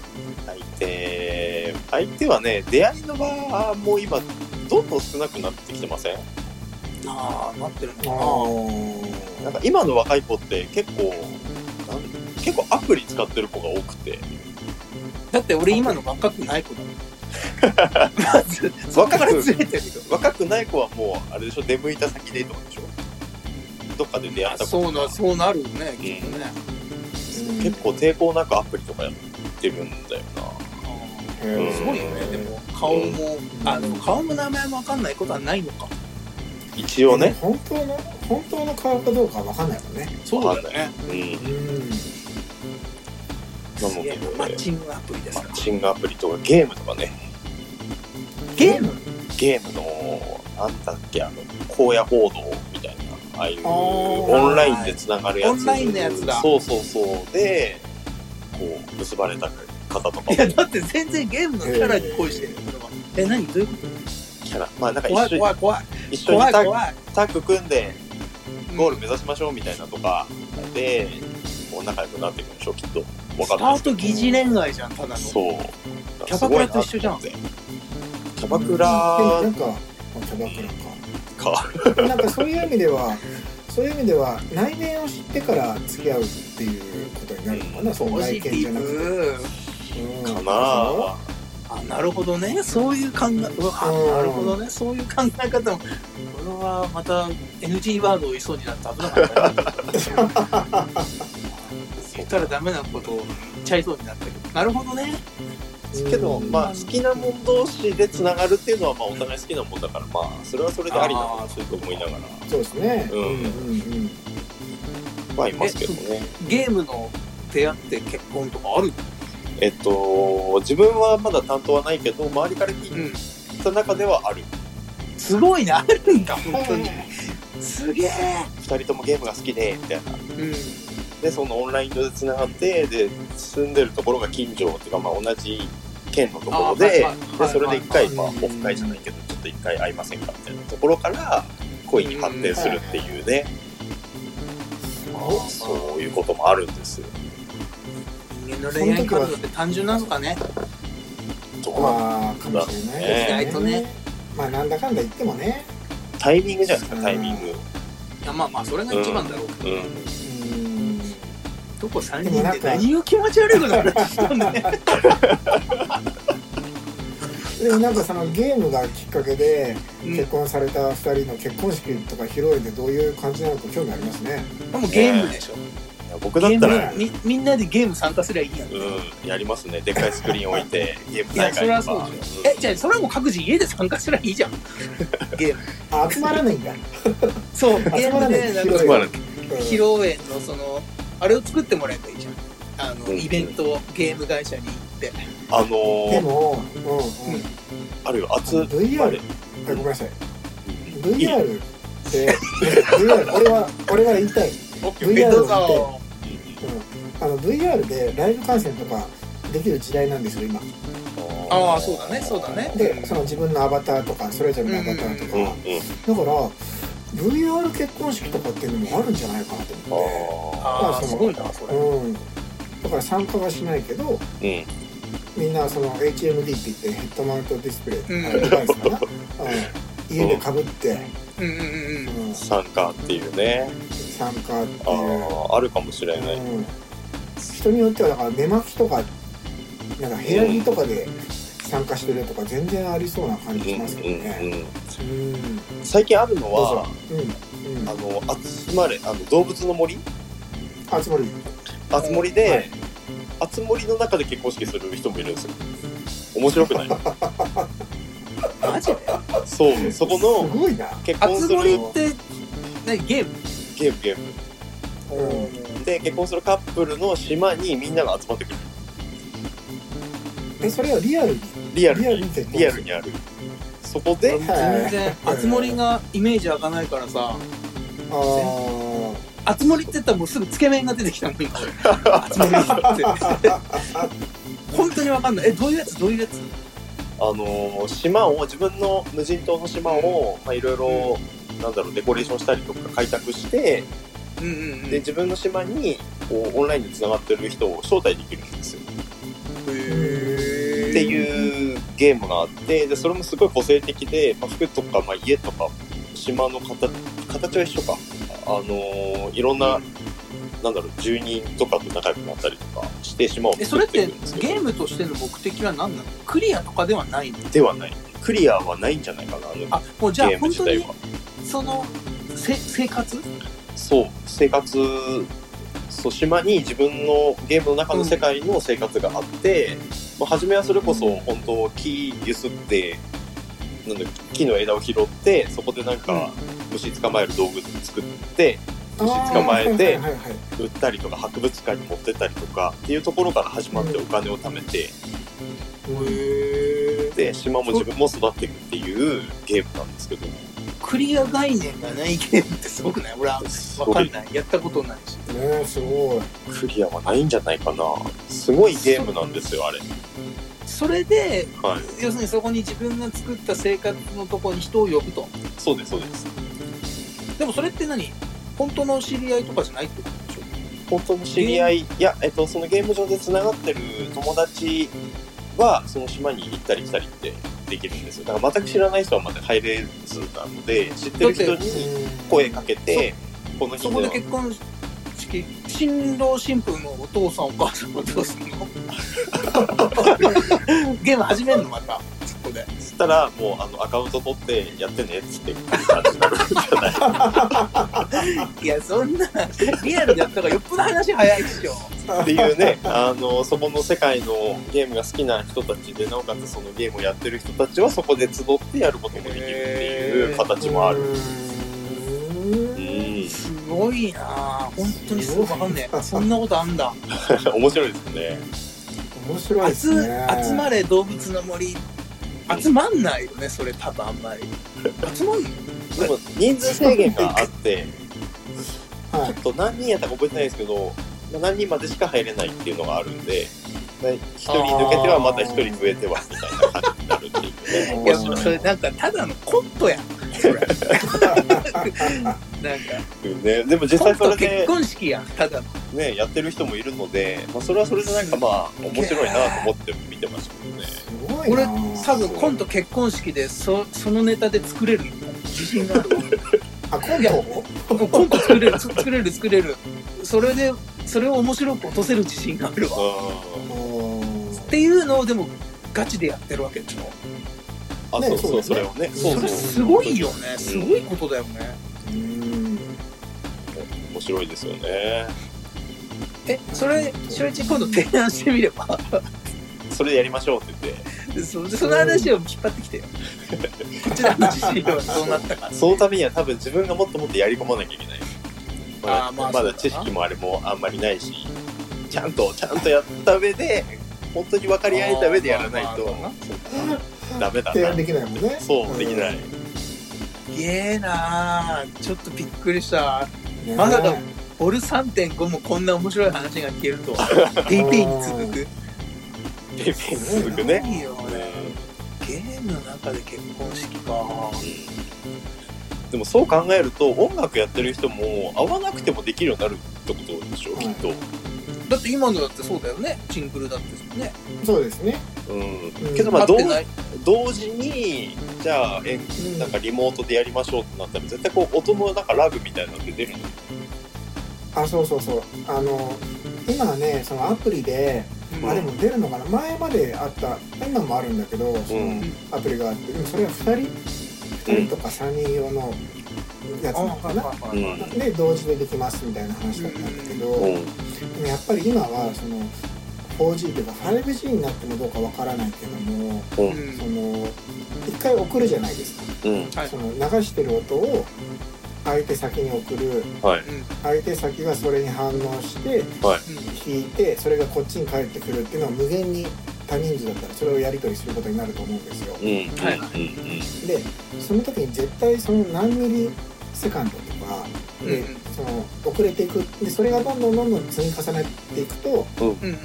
[SPEAKER 2] 相手相手はね出会いの場も今どんどん少なくなってきてません
[SPEAKER 1] ああなってるのか
[SPEAKER 3] あ
[SPEAKER 1] な
[SPEAKER 2] なん
[SPEAKER 3] ー
[SPEAKER 2] か今の若い子って結構なん結構アプリ使ってる子が多くて
[SPEAKER 1] だって俺今の若く ない子だもんまずそこからずれてるよ
[SPEAKER 2] 若くない子はもうあれでしょ出向いた先でとかでしょどっかで出会った 子
[SPEAKER 1] そうなそうなるよね
[SPEAKER 2] き
[SPEAKER 1] き
[SPEAKER 2] っ
[SPEAKER 1] っ
[SPEAKER 2] と
[SPEAKER 1] とね、
[SPEAKER 3] うん
[SPEAKER 2] 結構抵抗なくアプリとかやってるんだよ
[SPEAKER 3] へー
[SPEAKER 1] すごいよねでも顔も、
[SPEAKER 3] ん
[SPEAKER 1] あでも顔も名前も分かんないことはないのか
[SPEAKER 2] な一応ね、
[SPEAKER 3] 本当の本当の顔かどうかわかんないもんね
[SPEAKER 1] そうだね
[SPEAKER 2] うん、な
[SPEAKER 3] うん
[SPEAKER 2] の
[SPEAKER 1] いや
[SPEAKER 2] で
[SPEAKER 1] マッチングアプリです
[SPEAKER 2] マ
[SPEAKER 1] か
[SPEAKER 2] ッチングアプリとかゲームとかね
[SPEAKER 1] ゲーム
[SPEAKER 2] ゲームのなんだっけあの荒野報道みたいなああいう
[SPEAKER 3] あー
[SPEAKER 2] オンラインでつながるやつ
[SPEAKER 1] オンラインのやつだ
[SPEAKER 2] そうそうそうでこう結ばれた方とかも
[SPEAKER 1] いやだって全然ゲームのキャラに恋してるよ俺はえ何どういうこ
[SPEAKER 2] キャラまあなんか
[SPEAKER 1] と
[SPEAKER 2] 一
[SPEAKER 1] 怖い
[SPEAKER 2] 緒に
[SPEAKER 1] 怖い怖い
[SPEAKER 2] 一緒に
[SPEAKER 1] 怖い
[SPEAKER 2] タッグ
[SPEAKER 1] 怖い
[SPEAKER 2] タッグ組んでゴール目指しましょうみたいなとかでこう仲良くなっていくんでしょうきっとわか
[SPEAKER 1] スタ
[SPEAKER 2] んな
[SPEAKER 1] ー
[SPEAKER 2] いですけ
[SPEAKER 1] ト
[SPEAKER 2] ど
[SPEAKER 1] 疑似恋愛じゃんただの
[SPEAKER 2] そう
[SPEAKER 1] キャバクラと一緒じゃん
[SPEAKER 2] すごいなと思ってキャバクラ
[SPEAKER 3] でもなんかあキャバクラか
[SPEAKER 2] か
[SPEAKER 3] なんかそういう意味では、そういう意味では、内面を知ってから付き合うっていうことになるのかな、その
[SPEAKER 1] ポ
[SPEAKER 3] 外
[SPEAKER 1] ジテ
[SPEAKER 3] 見じゃ
[SPEAKER 1] ィ
[SPEAKER 3] なくて。
[SPEAKER 1] ブ
[SPEAKER 3] うん
[SPEAKER 2] かな
[SPEAKER 1] あなるほどねそういう考えうわ
[SPEAKER 3] うん
[SPEAKER 1] なるほどねそういう考え方もこれはまた NG ワードを言いそうになって危なかった ね言ったらダメなことを言っちゃいそうになったけどなるほどね
[SPEAKER 2] けど、
[SPEAKER 3] うん
[SPEAKER 2] まあ、好きなもん同士でつながるっていうのは、まあ、お互い好きなもんだから、まあ、それはそれでありなのかなそういうと思いながら、
[SPEAKER 3] そうですね。
[SPEAKER 2] うん
[SPEAKER 3] うん
[SPEAKER 2] まあ、いますけどね。
[SPEAKER 1] ゲームの出会って結婚とかある
[SPEAKER 2] えっと、自分はまだ担当はないけど、周りから聞
[SPEAKER 1] うん
[SPEAKER 2] いた中ではある。
[SPEAKER 1] すごいねあるんだ本当に
[SPEAKER 3] は
[SPEAKER 1] すげえ
[SPEAKER 2] 二人ともゲームが好きで、みたいな。
[SPEAKER 1] うん
[SPEAKER 2] で、そのオンライン上でつながって、で、住んでるところが近所っていうか、まあ、同じ県のところ
[SPEAKER 1] あはい
[SPEAKER 2] で
[SPEAKER 1] はい、
[SPEAKER 2] で、それで一回、まあ、
[SPEAKER 3] は
[SPEAKER 2] オ
[SPEAKER 3] い
[SPEAKER 2] フ会じゃないけど、ちょっと一回会いませんか、みたいなところから、恋に発展するっていうね、まあそういうこともあるんですよ。
[SPEAKER 1] 人間の恋愛感情って単純なのかね
[SPEAKER 2] どう
[SPEAKER 3] うん。まあ、かもしれないですね。
[SPEAKER 1] 意外とね。
[SPEAKER 3] まあ、なんだかんだ言ってもね。
[SPEAKER 2] タイミングじゃないですか、タイミング。
[SPEAKER 1] いやまあまあそれが一番だろうけど、
[SPEAKER 2] う
[SPEAKER 3] うん。
[SPEAKER 1] どこ3
[SPEAKER 3] でも
[SPEAKER 1] 人
[SPEAKER 3] なん
[SPEAKER 1] で
[SPEAKER 3] か
[SPEAKER 1] 何を気持ち悪いこと話したんだよ
[SPEAKER 3] でもなんかそのゲームがきっかけで
[SPEAKER 1] うん
[SPEAKER 3] 結婚された二人の結婚式とか披露宴でどういう感じなのか興味ありますね。
[SPEAKER 1] でもゲームでしょ、
[SPEAKER 2] ん、僕だったら、
[SPEAKER 1] みみんなでゲーム参加すりゃいいやん。
[SPEAKER 2] うん、やりますね。でかいスクリーン置い て、ゲーム
[SPEAKER 1] いや、
[SPEAKER 2] 大
[SPEAKER 1] それは
[SPEAKER 2] 会
[SPEAKER 1] そ
[SPEAKER 2] とか
[SPEAKER 1] う。じゃん。え、じゃあ、それはもう各自家で参加すりゃいいじゃん。ゲーム。
[SPEAKER 3] あ集まらないんだ
[SPEAKER 1] そう、ゲ
[SPEAKER 3] 集
[SPEAKER 1] ー
[SPEAKER 3] まら
[SPEAKER 1] ム
[SPEAKER 3] ない
[SPEAKER 1] で、なんか
[SPEAKER 2] つまらない
[SPEAKER 1] 披露宴のそのあれを作ってもらえばいいじゃんあの、
[SPEAKER 2] うん
[SPEAKER 1] イベントをゲーム会社に行って
[SPEAKER 2] あの
[SPEAKER 3] で
[SPEAKER 2] ー、
[SPEAKER 3] も、うんうん、
[SPEAKER 2] あるよ、熱、あれ
[SPEAKER 3] VR あごめんなさい
[SPEAKER 2] いい
[SPEAKER 3] VR って VR 俺は俺は言いたい、
[SPEAKER 2] オッケー
[SPEAKER 3] VR
[SPEAKER 1] どうぞ
[SPEAKER 3] うん、あの VR でライブ観戦とかできる時代なんですよ今
[SPEAKER 1] ああそうだねそうだね
[SPEAKER 3] でその自分のアバターとかそれぞれのアバターとか、
[SPEAKER 2] うんうん。
[SPEAKER 3] だから VR 結婚式とかっていうのもあるんじゃないかなと思って
[SPEAKER 2] ああ。
[SPEAKER 1] あ
[SPEAKER 3] まあ
[SPEAKER 1] あ
[SPEAKER 3] その
[SPEAKER 1] すごいなそれ
[SPEAKER 3] うん、だから参加はしないけど
[SPEAKER 2] うん。
[SPEAKER 3] みんなその HMD って言ってヘッドマウントディスプレイ、
[SPEAKER 1] うん
[SPEAKER 3] あのデバイスかな、うん、家でかぶって、
[SPEAKER 1] うんうんうんうん
[SPEAKER 3] うん、
[SPEAKER 2] 参加っていうね。
[SPEAKER 3] 参加って
[SPEAKER 2] あ
[SPEAKER 3] いう、
[SPEAKER 2] あ、あるかもしれない。
[SPEAKER 3] うん、人によってはだから寝巻きとかなんか部屋着とかで参加してるとか全然ありそうな感じしますけど
[SPEAKER 2] うん
[SPEAKER 3] ね
[SPEAKER 2] うんうん
[SPEAKER 3] うん
[SPEAKER 2] 最近あるの
[SPEAKER 3] どう
[SPEAKER 2] は
[SPEAKER 3] ぞ、うん、うん
[SPEAKER 2] あの集まれあの動物の森
[SPEAKER 3] あつまり
[SPEAKER 2] 集まり
[SPEAKER 3] は
[SPEAKER 2] で
[SPEAKER 3] い、
[SPEAKER 2] 集まりの中で結婚式する人もいるんですよ面白くない
[SPEAKER 1] マジで
[SPEAKER 2] そうそこの
[SPEAKER 3] すごいな、
[SPEAKER 2] 結婚
[SPEAKER 1] 熱
[SPEAKER 2] する
[SPEAKER 1] 盛って何ゲーム
[SPEAKER 2] ゲームゲーム
[SPEAKER 3] うん、
[SPEAKER 2] で結婚するカップルの島にみんなが集まってくる
[SPEAKER 3] えそれはリアルに
[SPEAKER 2] リアルにリ
[SPEAKER 3] リア
[SPEAKER 2] アル
[SPEAKER 3] ルに結婚する
[SPEAKER 2] にあるそこで
[SPEAKER 1] 全然熱盛がイメージ湧かないからさ
[SPEAKER 3] ああ
[SPEAKER 1] 熱盛って言ったらもうすぐつけ麺が出てきたの今熱盛って本当にわかんないえどういうやつどういうやつ
[SPEAKER 2] あの島を自分の無人島の島をまあいろいろなんだろうデコレーションしたりとか開拓して
[SPEAKER 1] うんうんうん
[SPEAKER 2] で自分の島にこうオンラインでつながってる人を招待できるんですよっていうゲームがあってでそれもすごい個性的で、まあ、服とか、まあ、家とか島の形形は一緒か、あのーいろんな,、なんだろう住人とかと仲良くなったりとかして島を
[SPEAKER 1] えそれって
[SPEAKER 2] 作るんですけど
[SPEAKER 1] ゲームとしての目的は何なのクリアとかではないの
[SPEAKER 2] ではないクリアはないんじゃないかなあの
[SPEAKER 1] あもうじゃあ
[SPEAKER 2] ゲーム
[SPEAKER 1] 本
[SPEAKER 2] 自
[SPEAKER 1] 当
[SPEAKER 2] 体
[SPEAKER 1] に
[SPEAKER 2] は
[SPEAKER 1] そのせ生活
[SPEAKER 2] そう生活そう島に自分のゲームの中の世界の生活があって、まあ、初めはそれこそ本当木ゆすってなんだろう木の枝を拾ってそこでなんか虫捕まえる道具作って
[SPEAKER 3] あー
[SPEAKER 1] 捕
[SPEAKER 2] まえて
[SPEAKER 3] はいはいはい
[SPEAKER 2] 売ったりとか博物館に持ってったりとかっていうところから始まってお金を貯めて
[SPEAKER 1] へ
[SPEAKER 2] で島も自分も育っていくっていうゲームなんですけど
[SPEAKER 1] クリア概念がない ゲームってすごくない俺はわかんないやったことないし
[SPEAKER 3] ねえすごい
[SPEAKER 2] クリアはないんじゃないかなすごいゲームなんですよあれ
[SPEAKER 1] それで
[SPEAKER 2] はい
[SPEAKER 1] 要するにそこに自分が作った生活のとこに人を呼ぶと
[SPEAKER 2] そうですそうです
[SPEAKER 1] でもそれって何本当の知り合いとかじゃないってことでしょ
[SPEAKER 2] 本当の知り合い、いや、えっと、そのゲーム上でつながってる友達は、その島に行ったり来たりってできるんですよ。だから全く知らない人はまた入れずなので、知ってる人に声かけて、この
[SPEAKER 1] そ
[SPEAKER 2] 人
[SPEAKER 1] こで
[SPEAKER 2] の
[SPEAKER 1] 結婚式新郎新婦のお父さんお母さんはどうするのゲーム始めるのまたそこで
[SPEAKER 2] つったら、もうあのアカウント取ってやってねっつって感じになるんじゃない
[SPEAKER 1] いやそんなリアルでやったからよっぽど話早いでしょ
[SPEAKER 2] ってい うね、あの、そこの世界のゲームが好きな人たちで、なおかつそのゲームをやってる人たちはそこで集ってやることもできるっていう形もある。う
[SPEAKER 3] る
[SPEAKER 2] ん、
[SPEAKER 1] すごいなあ本当にすごいわかんねえそんなことあんだ
[SPEAKER 2] 面白いですね。
[SPEAKER 3] 面白いです
[SPEAKER 1] 集
[SPEAKER 3] ね
[SPEAKER 1] 集まれ動物の森集まんないよねそれ多分あんまり集まんの
[SPEAKER 2] でも人数制限があって、
[SPEAKER 3] は
[SPEAKER 2] ちょっと何人やったか覚えてないですけど、まあ何人までしか入れないっていうのがあるんで、1人抜けてはまた1人増えてはみたいな感じになるっていうね。
[SPEAKER 1] いや
[SPEAKER 2] 面
[SPEAKER 1] もう
[SPEAKER 2] 白い
[SPEAKER 1] それなんかただのコントやんそれなんか
[SPEAKER 2] っていうね。でも実
[SPEAKER 1] コ
[SPEAKER 2] 際
[SPEAKER 1] ン
[SPEAKER 2] それ
[SPEAKER 1] ト結
[SPEAKER 2] で
[SPEAKER 1] 婚式やんただの
[SPEAKER 2] ね、やってる人もいるので、まあ、それはそれでなんかまあ面白いなと思って見てましたけどね。
[SPEAKER 3] いすごい
[SPEAKER 1] 俺
[SPEAKER 3] な
[SPEAKER 1] 多分コント結婚式でそそのネタで作れる自信がある
[SPEAKER 3] あコン
[SPEAKER 1] いや
[SPEAKER 3] ト
[SPEAKER 1] わ コント作れる作れる作れるそれでそれを面白く落とせる自信があるわ
[SPEAKER 2] うん
[SPEAKER 3] うん
[SPEAKER 1] っていうのをでもガチでやってるわけでしょ
[SPEAKER 2] あ、
[SPEAKER 3] ね
[SPEAKER 2] そうそう、そ
[SPEAKER 3] そう
[SPEAKER 2] れ
[SPEAKER 3] だよ
[SPEAKER 2] をね。
[SPEAKER 3] そ
[SPEAKER 2] そうう
[SPEAKER 1] そ
[SPEAKER 2] そう。
[SPEAKER 1] れすごいよねすごいことだよね
[SPEAKER 3] うん
[SPEAKER 2] 面白いですよね。
[SPEAKER 1] え、それ、正一今度提案してみれば、
[SPEAKER 2] それでやりましょうって言って
[SPEAKER 1] そその話を引っ張ってきてよ。こちらの自信はどうなったか。
[SPEAKER 2] そのためには多分自分がもっともっとやり込まなきゃいけないまだ
[SPEAKER 1] あーまあ
[SPEAKER 2] ま
[SPEAKER 1] そうだ
[SPEAKER 2] だ
[SPEAKER 1] な
[SPEAKER 2] 知識もあれもあんまりないしちゃんとちゃんとやった上で本当に分かり合えた上でやらないと
[SPEAKER 1] あーまあ
[SPEAKER 2] ダメだ
[SPEAKER 3] 提案
[SPEAKER 2] な
[SPEAKER 3] できないもんね
[SPEAKER 2] そうでき ないい
[SPEAKER 1] すげえなーちょっとびっくりした。
[SPEAKER 3] ね
[SPEAKER 1] まさかボル3.5もこんな面白い話が聞けると は。ペイペイに続く。
[SPEAKER 2] ペイペイ続くね
[SPEAKER 1] いいよ、俺。ゲームの中で結婚式か。
[SPEAKER 2] うんでもそう考えると音楽やってる人も合わなくてもできるようになるってことでしょきっと、
[SPEAKER 1] だって今のだってそうだよね。シングルだってそうね。
[SPEAKER 3] そうですね
[SPEAKER 2] う、
[SPEAKER 3] うんん
[SPEAKER 2] けどま
[SPEAKER 1] 合
[SPEAKER 2] あ同
[SPEAKER 1] ってない
[SPEAKER 2] 同時にじゃあえ
[SPEAKER 3] うん
[SPEAKER 2] なんかリモートでやりましょうってなったら絶対こう音のなんかラグみたいなのって出るの
[SPEAKER 3] あそうそうそうあの今はねそのアプリで、
[SPEAKER 2] うん
[SPEAKER 3] あでも出るのかな前まであった今もあるんだけどそのアプリがあってでもそれは2人2人とか3人用のやつなのかな、
[SPEAKER 2] うん
[SPEAKER 1] あ
[SPEAKER 3] で同時でできますみたいな話だったんだけど、
[SPEAKER 2] うん
[SPEAKER 3] でもやっぱり今はその 4G というか 5G になってもどうかわからないけども
[SPEAKER 2] う
[SPEAKER 1] うん
[SPEAKER 3] その1回送るじゃないですか、
[SPEAKER 2] うん
[SPEAKER 1] はい
[SPEAKER 3] その流してる音を相手先に送る
[SPEAKER 2] はい
[SPEAKER 3] 相手先がそれに反応して聞いてそれがこっちに返ってくるっていうのは無限に多人数だったらそれをやり取りすることになると思うんですよ
[SPEAKER 2] うんうん
[SPEAKER 1] はい
[SPEAKER 2] うん
[SPEAKER 3] でその時に絶対その何ミリセカンドとかで、
[SPEAKER 1] うん
[SPEAKER 3] その遅れていくでそれがどんどんどんどん積み重ねていくと
[SPEAKER 1] うんうん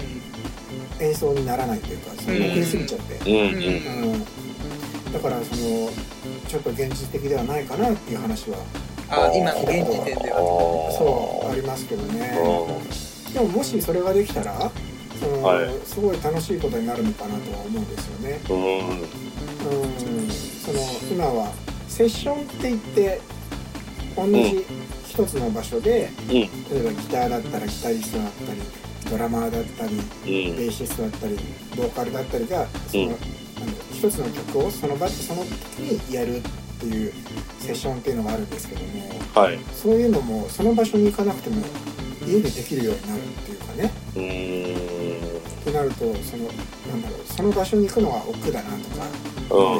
[SPEAKER 3] 演奏にならないというかその
[SPEAKER 1] うん
[SPEAKER 3] 遅れすぎちゃって、
[SPEAKER 2] うん
[SPEAKER 1] うん
[SPEAKER 2] うん
[SPEAKER 3] うんだからそのちょっと現実的ではないかなっていう話は
[SPEAKER 1] あ今の現時点で
[SPEAKER 2] あ
[SPEAKER 1] は
[SPEAKER 2] ー
[SPEAKER 3] そうありますけどね
[SPEAKER 2] う
[SPEAKER 3] でももしそれができたらその、
[SPEAKER 2] はい
[SPEAKER 3] すごい楽しいことになるのかなとは思うんですよね。
[SPEAKER 2] んうん
[SPEAKER 3] うんその今はセッションって言って同じ一つの場所で、
[SPEAKER 2] ん
[SPEAKER 3] 例えばギターだったらギタリストだったりドラマーだったり
[SPEAKER 2] うん
[SPEAKER 3] ベーシストだったりボーカルだったりがその、
[SPEAKER 2] うん
[SPEAKER 3] あの一つの曲をその場その時にやるっていうセッションっていうのがあるんですけども
[SPEAKER 2] はい
[SPEAKER 3] そういうのもその場所に行かなくても家でできるようになるっていうかね
[SPEAKER 2] うーん
[SPEAKER 3] となるとそのなんだろうその場所に行くのは億劫だなとか
[SPEAKER 2] うん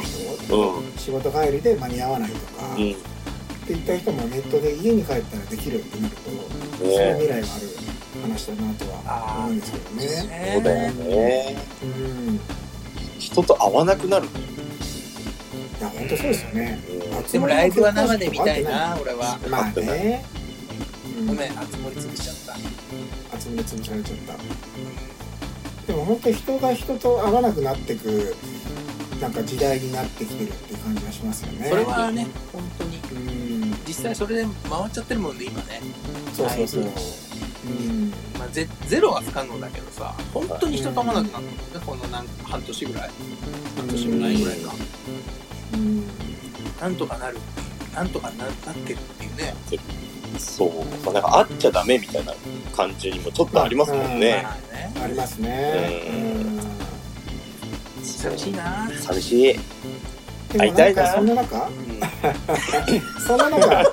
[SPEAKER 2] う
[SPEAKER 3] 人
[SPEAKER 2] ん
[SPEAKER 3] 仕事帰りで間に合わないとか、
[SPEAKER 2] う
[SPEAKER 3] って
[SPEAKER 2] ん
[SPEAKER 3] 言った人もネットで家に帰ったらできるってなると、そういう
[SPEAKER 2] ね
[SPEAKER 3] 未来がある話だなとは思うんですけどね。
[SPEAKER 1] ね
[SPEAKER 2] そうだよね
[SPEAKER 3] うん、い
[SPEAKER 2] 人と会わなくなるね
[SPEAKER 3] や本当そうですよね。
[SPEAKER 2] うん
[SPEAKER 1] でもライブは生で見たいな俺は
[SPEAKER 3] まあね。うん、
[SPEAKER 1] ごめん熱盛り潰しちゃった
[SPEAKER 3] 集め潰されちゃった。でも本当人が人と会わなくなってくなんか時代になってきてるっていう感じがしますよね。
[SPEAKER 1] それはね本当に
[SPEAKER 3] うん、
[SPEAKER 1] 実際それで回っちゃってるもんね今ね、
[SPEAKER 3] そうそうそう。
[SPEAKER 1] ライ
[SPEAKER 3] うん、
[SPEAKER 1] まあ、ゼゼロは不可能だけどさ本当に人と会わなくなったもんねこのなんか半年ぐらい半年もないぐらいか
[SPEAKER 3] うん、
[SPEAKER 1] なんとかなるっていうなんとかななってるっていうね
[SPEAKER 2] そうまあなんか会っちゃダメみたいな感じにもちょっとありますもんね
[SPEAKER 1] まあね
[SPEAKER 3] ありますね。
[SPEAKER 2] うん
[SPEAKER 3] うん
[SPEAKER 1] 寂しいな
[SPEAKER 2] 寂しい
[SPEAKER 3] でもなんかそんな中そん な中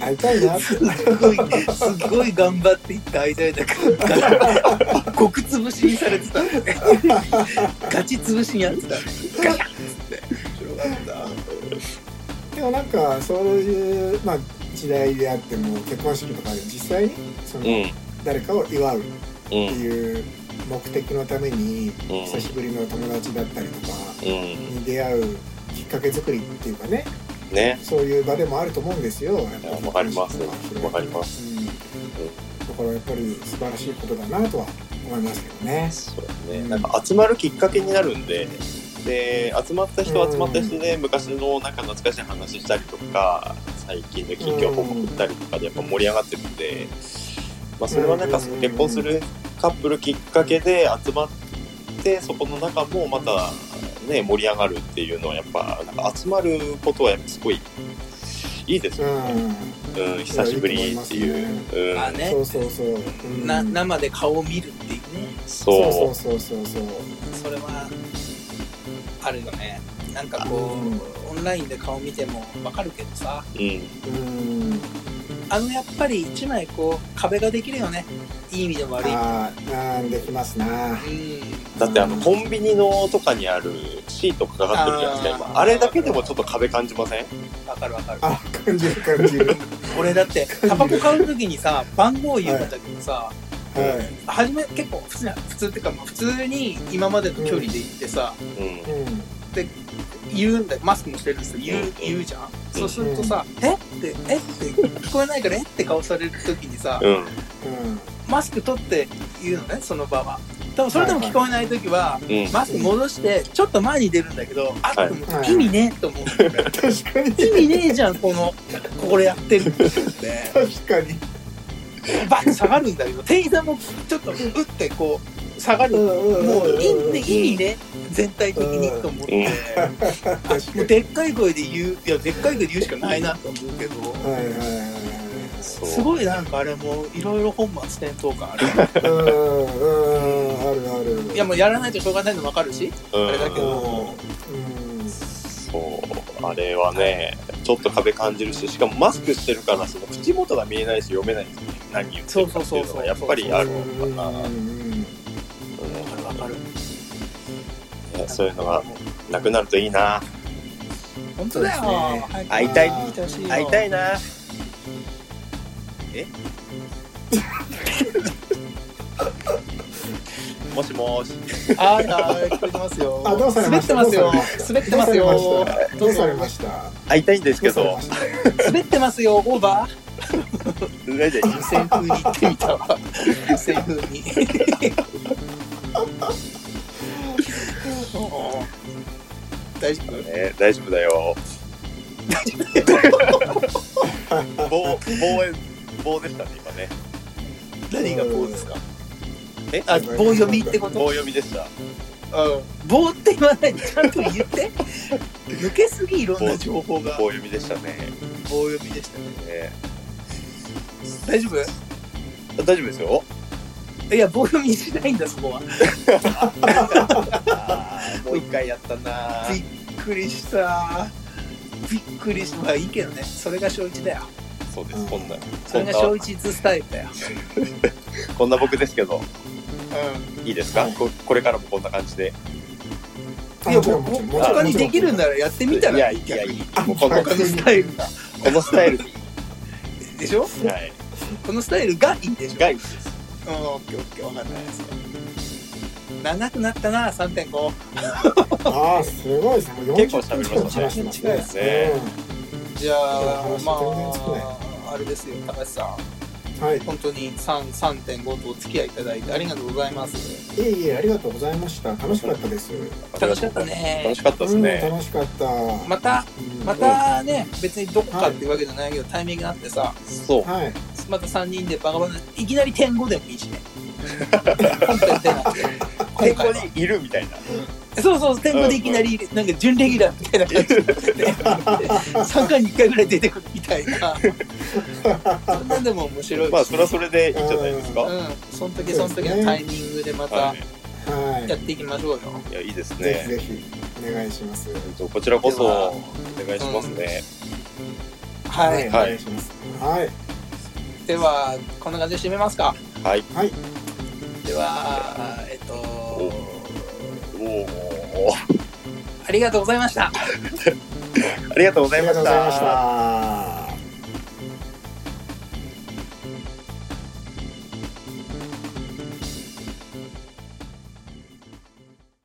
[SPEAKER 3] 会いたいなって
[SPEAKER 1] すごいすごい頑張っていった間だから極潰しにされてたねガチ潰しにやってたねガチャッつって面白かっ
[SPEAKER 3] でもなんかそういう、まあ、時代であっても結婚式とかで実際にその、
[SPEAKER 2] うん
[SPEAKER 3] 誰かを祝うっ
[SPEAKER 2] う
[SPEAKER 3] て
[SPEAKER 2] ん
[SPEAKER 3] いう目的のために
[SPEAKER 2] うん
[SPEAKER 3] 久しぶりの友達だったりとか
[SPEAKER 2] うん
[SPEAKER 3] に出会うきっかけ作りっていうかね
[SPEAKER 2] ね
[SPEAKER 3] そういう場でもあると思うんですよ
[SPEAKER 2] いやわかりますわかります
[SPEAKER 3] す、うん、だからやっぱり素晴らしいことだなとは思いますけどね
[SPEAKER 2] そうだねなんか集まるきっかけになるんでで集まった人集まった人で昔のなんか懐かしい話したりとか最近の近況報告したりとかでやっぱ盛り上がってるんで、まあ、それはなんか
[SPEAKER 3] うん
[SPEAKER 2] 結婚するカップルきっかけで集まってそこの中もまたね盛り上がるっていうのはやっぱなんか集まることはやっぱすごいいいです
[SPEAKER 3] う
[SPEAKER 2] よ、
[SPEAKER 3] ん
[SPEAKER 2] うん、久しぶりっていううん
[SPEAKER 1] たあね
[SPEAKER 3] そうそうそう、うん
[SPEAKER 1] な生で顔を見るっていうね
[SPEAKER 2] そう
[SPEAKER 3] そうそうそうそう
[SPEAKER 1] それはあるよねなんかこう、
[SPEAKER 3] うん
[SPEAKER 1] オンラインで顔見てもわかるけどさ
[SPEAKER 2] うん
[SPEAKER 3] うん
[SPEAKER 1] あのやっぱり一枚こう壁ができるよねいい意味でも悪い意味
[SPEAKER 3] あーあーできますな
[SPEAKER 1] でも
[SPEAKER 2] だってあのコンビニのとかにあるシートかかってるじゃないですか
[SPEAKER 1] あー
[SPEAKER 2] 今あれだけでもちょっと壁感じません
[SPEAKER 1] うんわかるわかる
[SPEAKER 3] あ感じる感 じる
[SPEAKER 1] 俺だってタバコ買う時にさ番号言うんだけどさ、
[SPEAKER 3] はい
[SPEAKER 1] 初め結構普通な普通ってかまあ普通に今までの距離で行ってさ、
[SPEAKER 2] うん
[SPEAKER 3] うん
[SPEAKER 1] 言うんだよマスクもしてるんですけど言う,、
[SPEAKER 2] うん
[SPEAKER 1] 言うじゃん、そうするとさ「えっ?」て「えっ?」て聞こえないから「えっ?」て顔される時にさ、
[SPEAKER 2] うん
[SPEAKER 3] うん
[SPEAKER 1] マスク取って言うのねその場はでもそれでも聞こえない時は、
[SPEAKER 2] うん
[SPEAKER 1] マスク戻してちょっと前に出るんだけど、あっと思って、
[SPEAKER 3] はい
[SPEAKER 1] 意味ねえと思うんだよね
[SPEAKER 3] 確かに
[SPEAKER 1] 意味ねえじゃんこのこれやってるって思って
[SPEAKER 3] 確かに
[SPEAKER 1] バッて下がるんだけど店員さんもちょっと打ってこう下がるもういいね、いいね、全体的にと思って、も
[SPEAKER 3] 確か
[SPEAKER 1] う
[SPEAKER 3] に
[SPEAKER 1] でっかい声で言う、いや、でっかい声で言うしかないなと思うけど、
[SPEAKER 3] はいはいはい
[SPEAKER 2] そう
[SPEAKER 1] すごいなんかあれも、いろいろ本末転倒感ある。
[SPEAKER 3] はいうんうんあるある
[SPEAKER 1] いや、もうやらないとしょうがないの分かるし、
[SPEAKER 2] うん
[SPEAKER 1] あれだけど、
[SPEAKER 3] うん
[SPEAKER 2] そうあれはねちょっと壁感じるししかもマスクしてるからその口元が見えないし読めないんですよね何言ってるかっていうのがやっぱりある
[SPEAKER 3] うん
[SPEAKER 2] から
[SPEAKER 3] うんうん
[SPEAKER 2] う
[SPEAKER 1] 分
[SPEAKER 2] ん
[SPEAKER 1] かる。
[SPEAKER 2] ねそういうのがなくなるといいな
[SPEAKER 1] 本当だよ
[SPEAKER 3] そうで
[SPEAKER 1] 早く
[SPEAKER 3] すね。
[SPEAKER 2] 会いたい
[SPEAKER 1] 来てほしいよ
[SPEAKER 2] 会いたいなえ もしもし
[SPEAKER 1] あーだ、聞こえてますよ。
[SPEAKER 3] あどうされ
[SPEAKER 1] 滑
[SPEAKER 3] ま
[SPEAKER 1] っ
[SPEAKER 3] してた
[SPEAKER 1] ますよ。滑ってますよ。
[SPEAKER 3] どうされました
[SPEAKER 2] 会いたいんですけど
[SPEAKER 3] うされました
[SPEAKER 1] 滑ってますよ、オーバー。
[SPEAKER 2] 大丈夫
[SPEAKER 1] 湯船風に行ってみたわ。湯船風 に。大丈夫
[SPEAKER 2] ね大丈夫だ よ棒棒へ棒でしたね今ね
[SPEAKER 1] 何が棒ですか
[SPEAKER 2] え
[SPEAKER 1] あ、棒読みってこと
[SPEAKER 2] 棒読みでした
[SPEAKER 1] うん。棒って言わないでちゃんと言って。抜けすぎいろんな情報が
[SPEAKER 2] 棒読みでしたね
[SPEAKER 1] 棒読みでしたね。
[SPEAKER 2] ね
[SPEAKER 1] 大丈夫
[SPEAKER 2] 大丈夫ですよ
[SPEAKER 1] いや、棒読みしないんだ、そこは。び
[SPEAKER 2] もう一回やったな
[SPEAKER 1] びっくりした。びっくりした。まあいいけどね。それが小一だよ。
[SPEAKER 2] そうですこんな
[SPEAKER 1] そ
[SPEAKER 2] こ
[SPEAKER 1] れ
[SPEAKER 2] ん
[SPEAKER 1] が
[SPEAKER 2] な
[SPEAKER 1] 小一ずスタイルだよ。
[SPEAKER 2] こんな僕ですけど
[SPEAKER 1] う
[SPEAKER 2] いいですか、
[SPEAKER 3] はい
[SPEAKER 2] ここれからもこんな感じで
[SPEAKER 1] ん。いや、僕、他にできるんならやってみたら。
[SPEAKER 2] いやいやいいもうこの
[SPEAKER 1] 他のスタイルが。
[SPEAKER 2] このスタイル でいい
[SPEAKER 1] でしょ
[SPEAKER 2] はい
[SPEAKER 1] このスタイルがいいんでしょ
[SPEAKER 2] がいいです
[SPEAKER 1] うん、オッケーオッケー、わかんないです。長くなったな、3.5。
[SPEAKER 3] ああすごいですねもう
[SPEAKER 2] 結構
[SPEAKER 3] 40
[SPEAKER 2] 喋り
[SPEAKER 3] 分
[SPEAKER 2] ましたね
[SPEAKER 3] 話してますね
[SPEAKER 1] ね
[SPEAKER 2] え
[SPEAKER 1] じゃあ
[SPEAKER 3] いや、話
[SPEAKER 1] ま
[SPEAKER 3] 全然つかない
[SPEAKER 1] あ、あれですよ、高橋さん。
[SPEAKER 3] うんはい
[SPEAKER 1] 本当に3 3.5とお付き合いいただいてありがとうございます。
[SPEAKER 3] いえいえありがとうございました楽しかったです
[SPEAKER 1] 楽しかったね
[SPEAKER 2] 楽しかったです
[SPEAKER 3] うん
[SPEAKER 2] ね、
[SPEAKER 3] 楽しかった
[SPEAKER 1] また、またね、別にどこかっていうわけじゃないけど、タイミングがあってさ、
[SPEAKER 2] そう
[SPEAKER 3] はい
[SPEAKER 1] また3人でバカバカ、いきなり点5でもいいしね。本編出なくて。
[SPEAKER 2] 健
[SPEAKER 1] 今回
[SPEAKER 2] 康
[SPEAKER 1] は
[SPEAKER 2] にいるみたいな
[SPEAKER 1] そうそう、点5でいきなり、なんか準レギュラーみたいな感じになってて、3回に1回ぐらい出てくるみたいな。そんなんでも面白いし。
[SPEAKER 2] まあそれはそれでいいんじゃないですか、
[SPEAKER 1] うん、その時その時のタイミングでまた
[SPEAKER 2] は
[SPEAKER 1] やっ
[SPEAKER 3] は
[SPEAKER 1] ていきましょうよ。
[SPEAKER 2] いいやいいです
[SPEAKER 3] いぜひ
[SPEAKER 2] ね
[SPEAKER 3] ぜひお願いします
[SPEAKER 2] えっとこちらこそ
[SPEAKER 1] では
[SPEAKER 2] お願いしますね、
[SPEAKER 1] はい。
[SPEAKER 3] お
[SPEAKER 2] はい
[SPEAKER 3] 願いしますはい
[SPEAKER 1] では、こんな感じで締めますか。
[SPEAKER 2] はい
[SPEAKER 3] はい
[SPEAKER 1] では、えっと、
[SPEAKER 2] おお
[SPEAKER 1] ありがとうございました。
[SPEAKER 2] ありがとうござ
[SPEAKER 3] あ
[SPEAKER 2] い
[SPEAKER 3] り
[SPEAKER 2] ま
[SPEAKER 3] がとう
[SPEAKER 2] し
[SPEAKER 3] ございま
[SPEAKER 2] た
[SPEAKER 3] した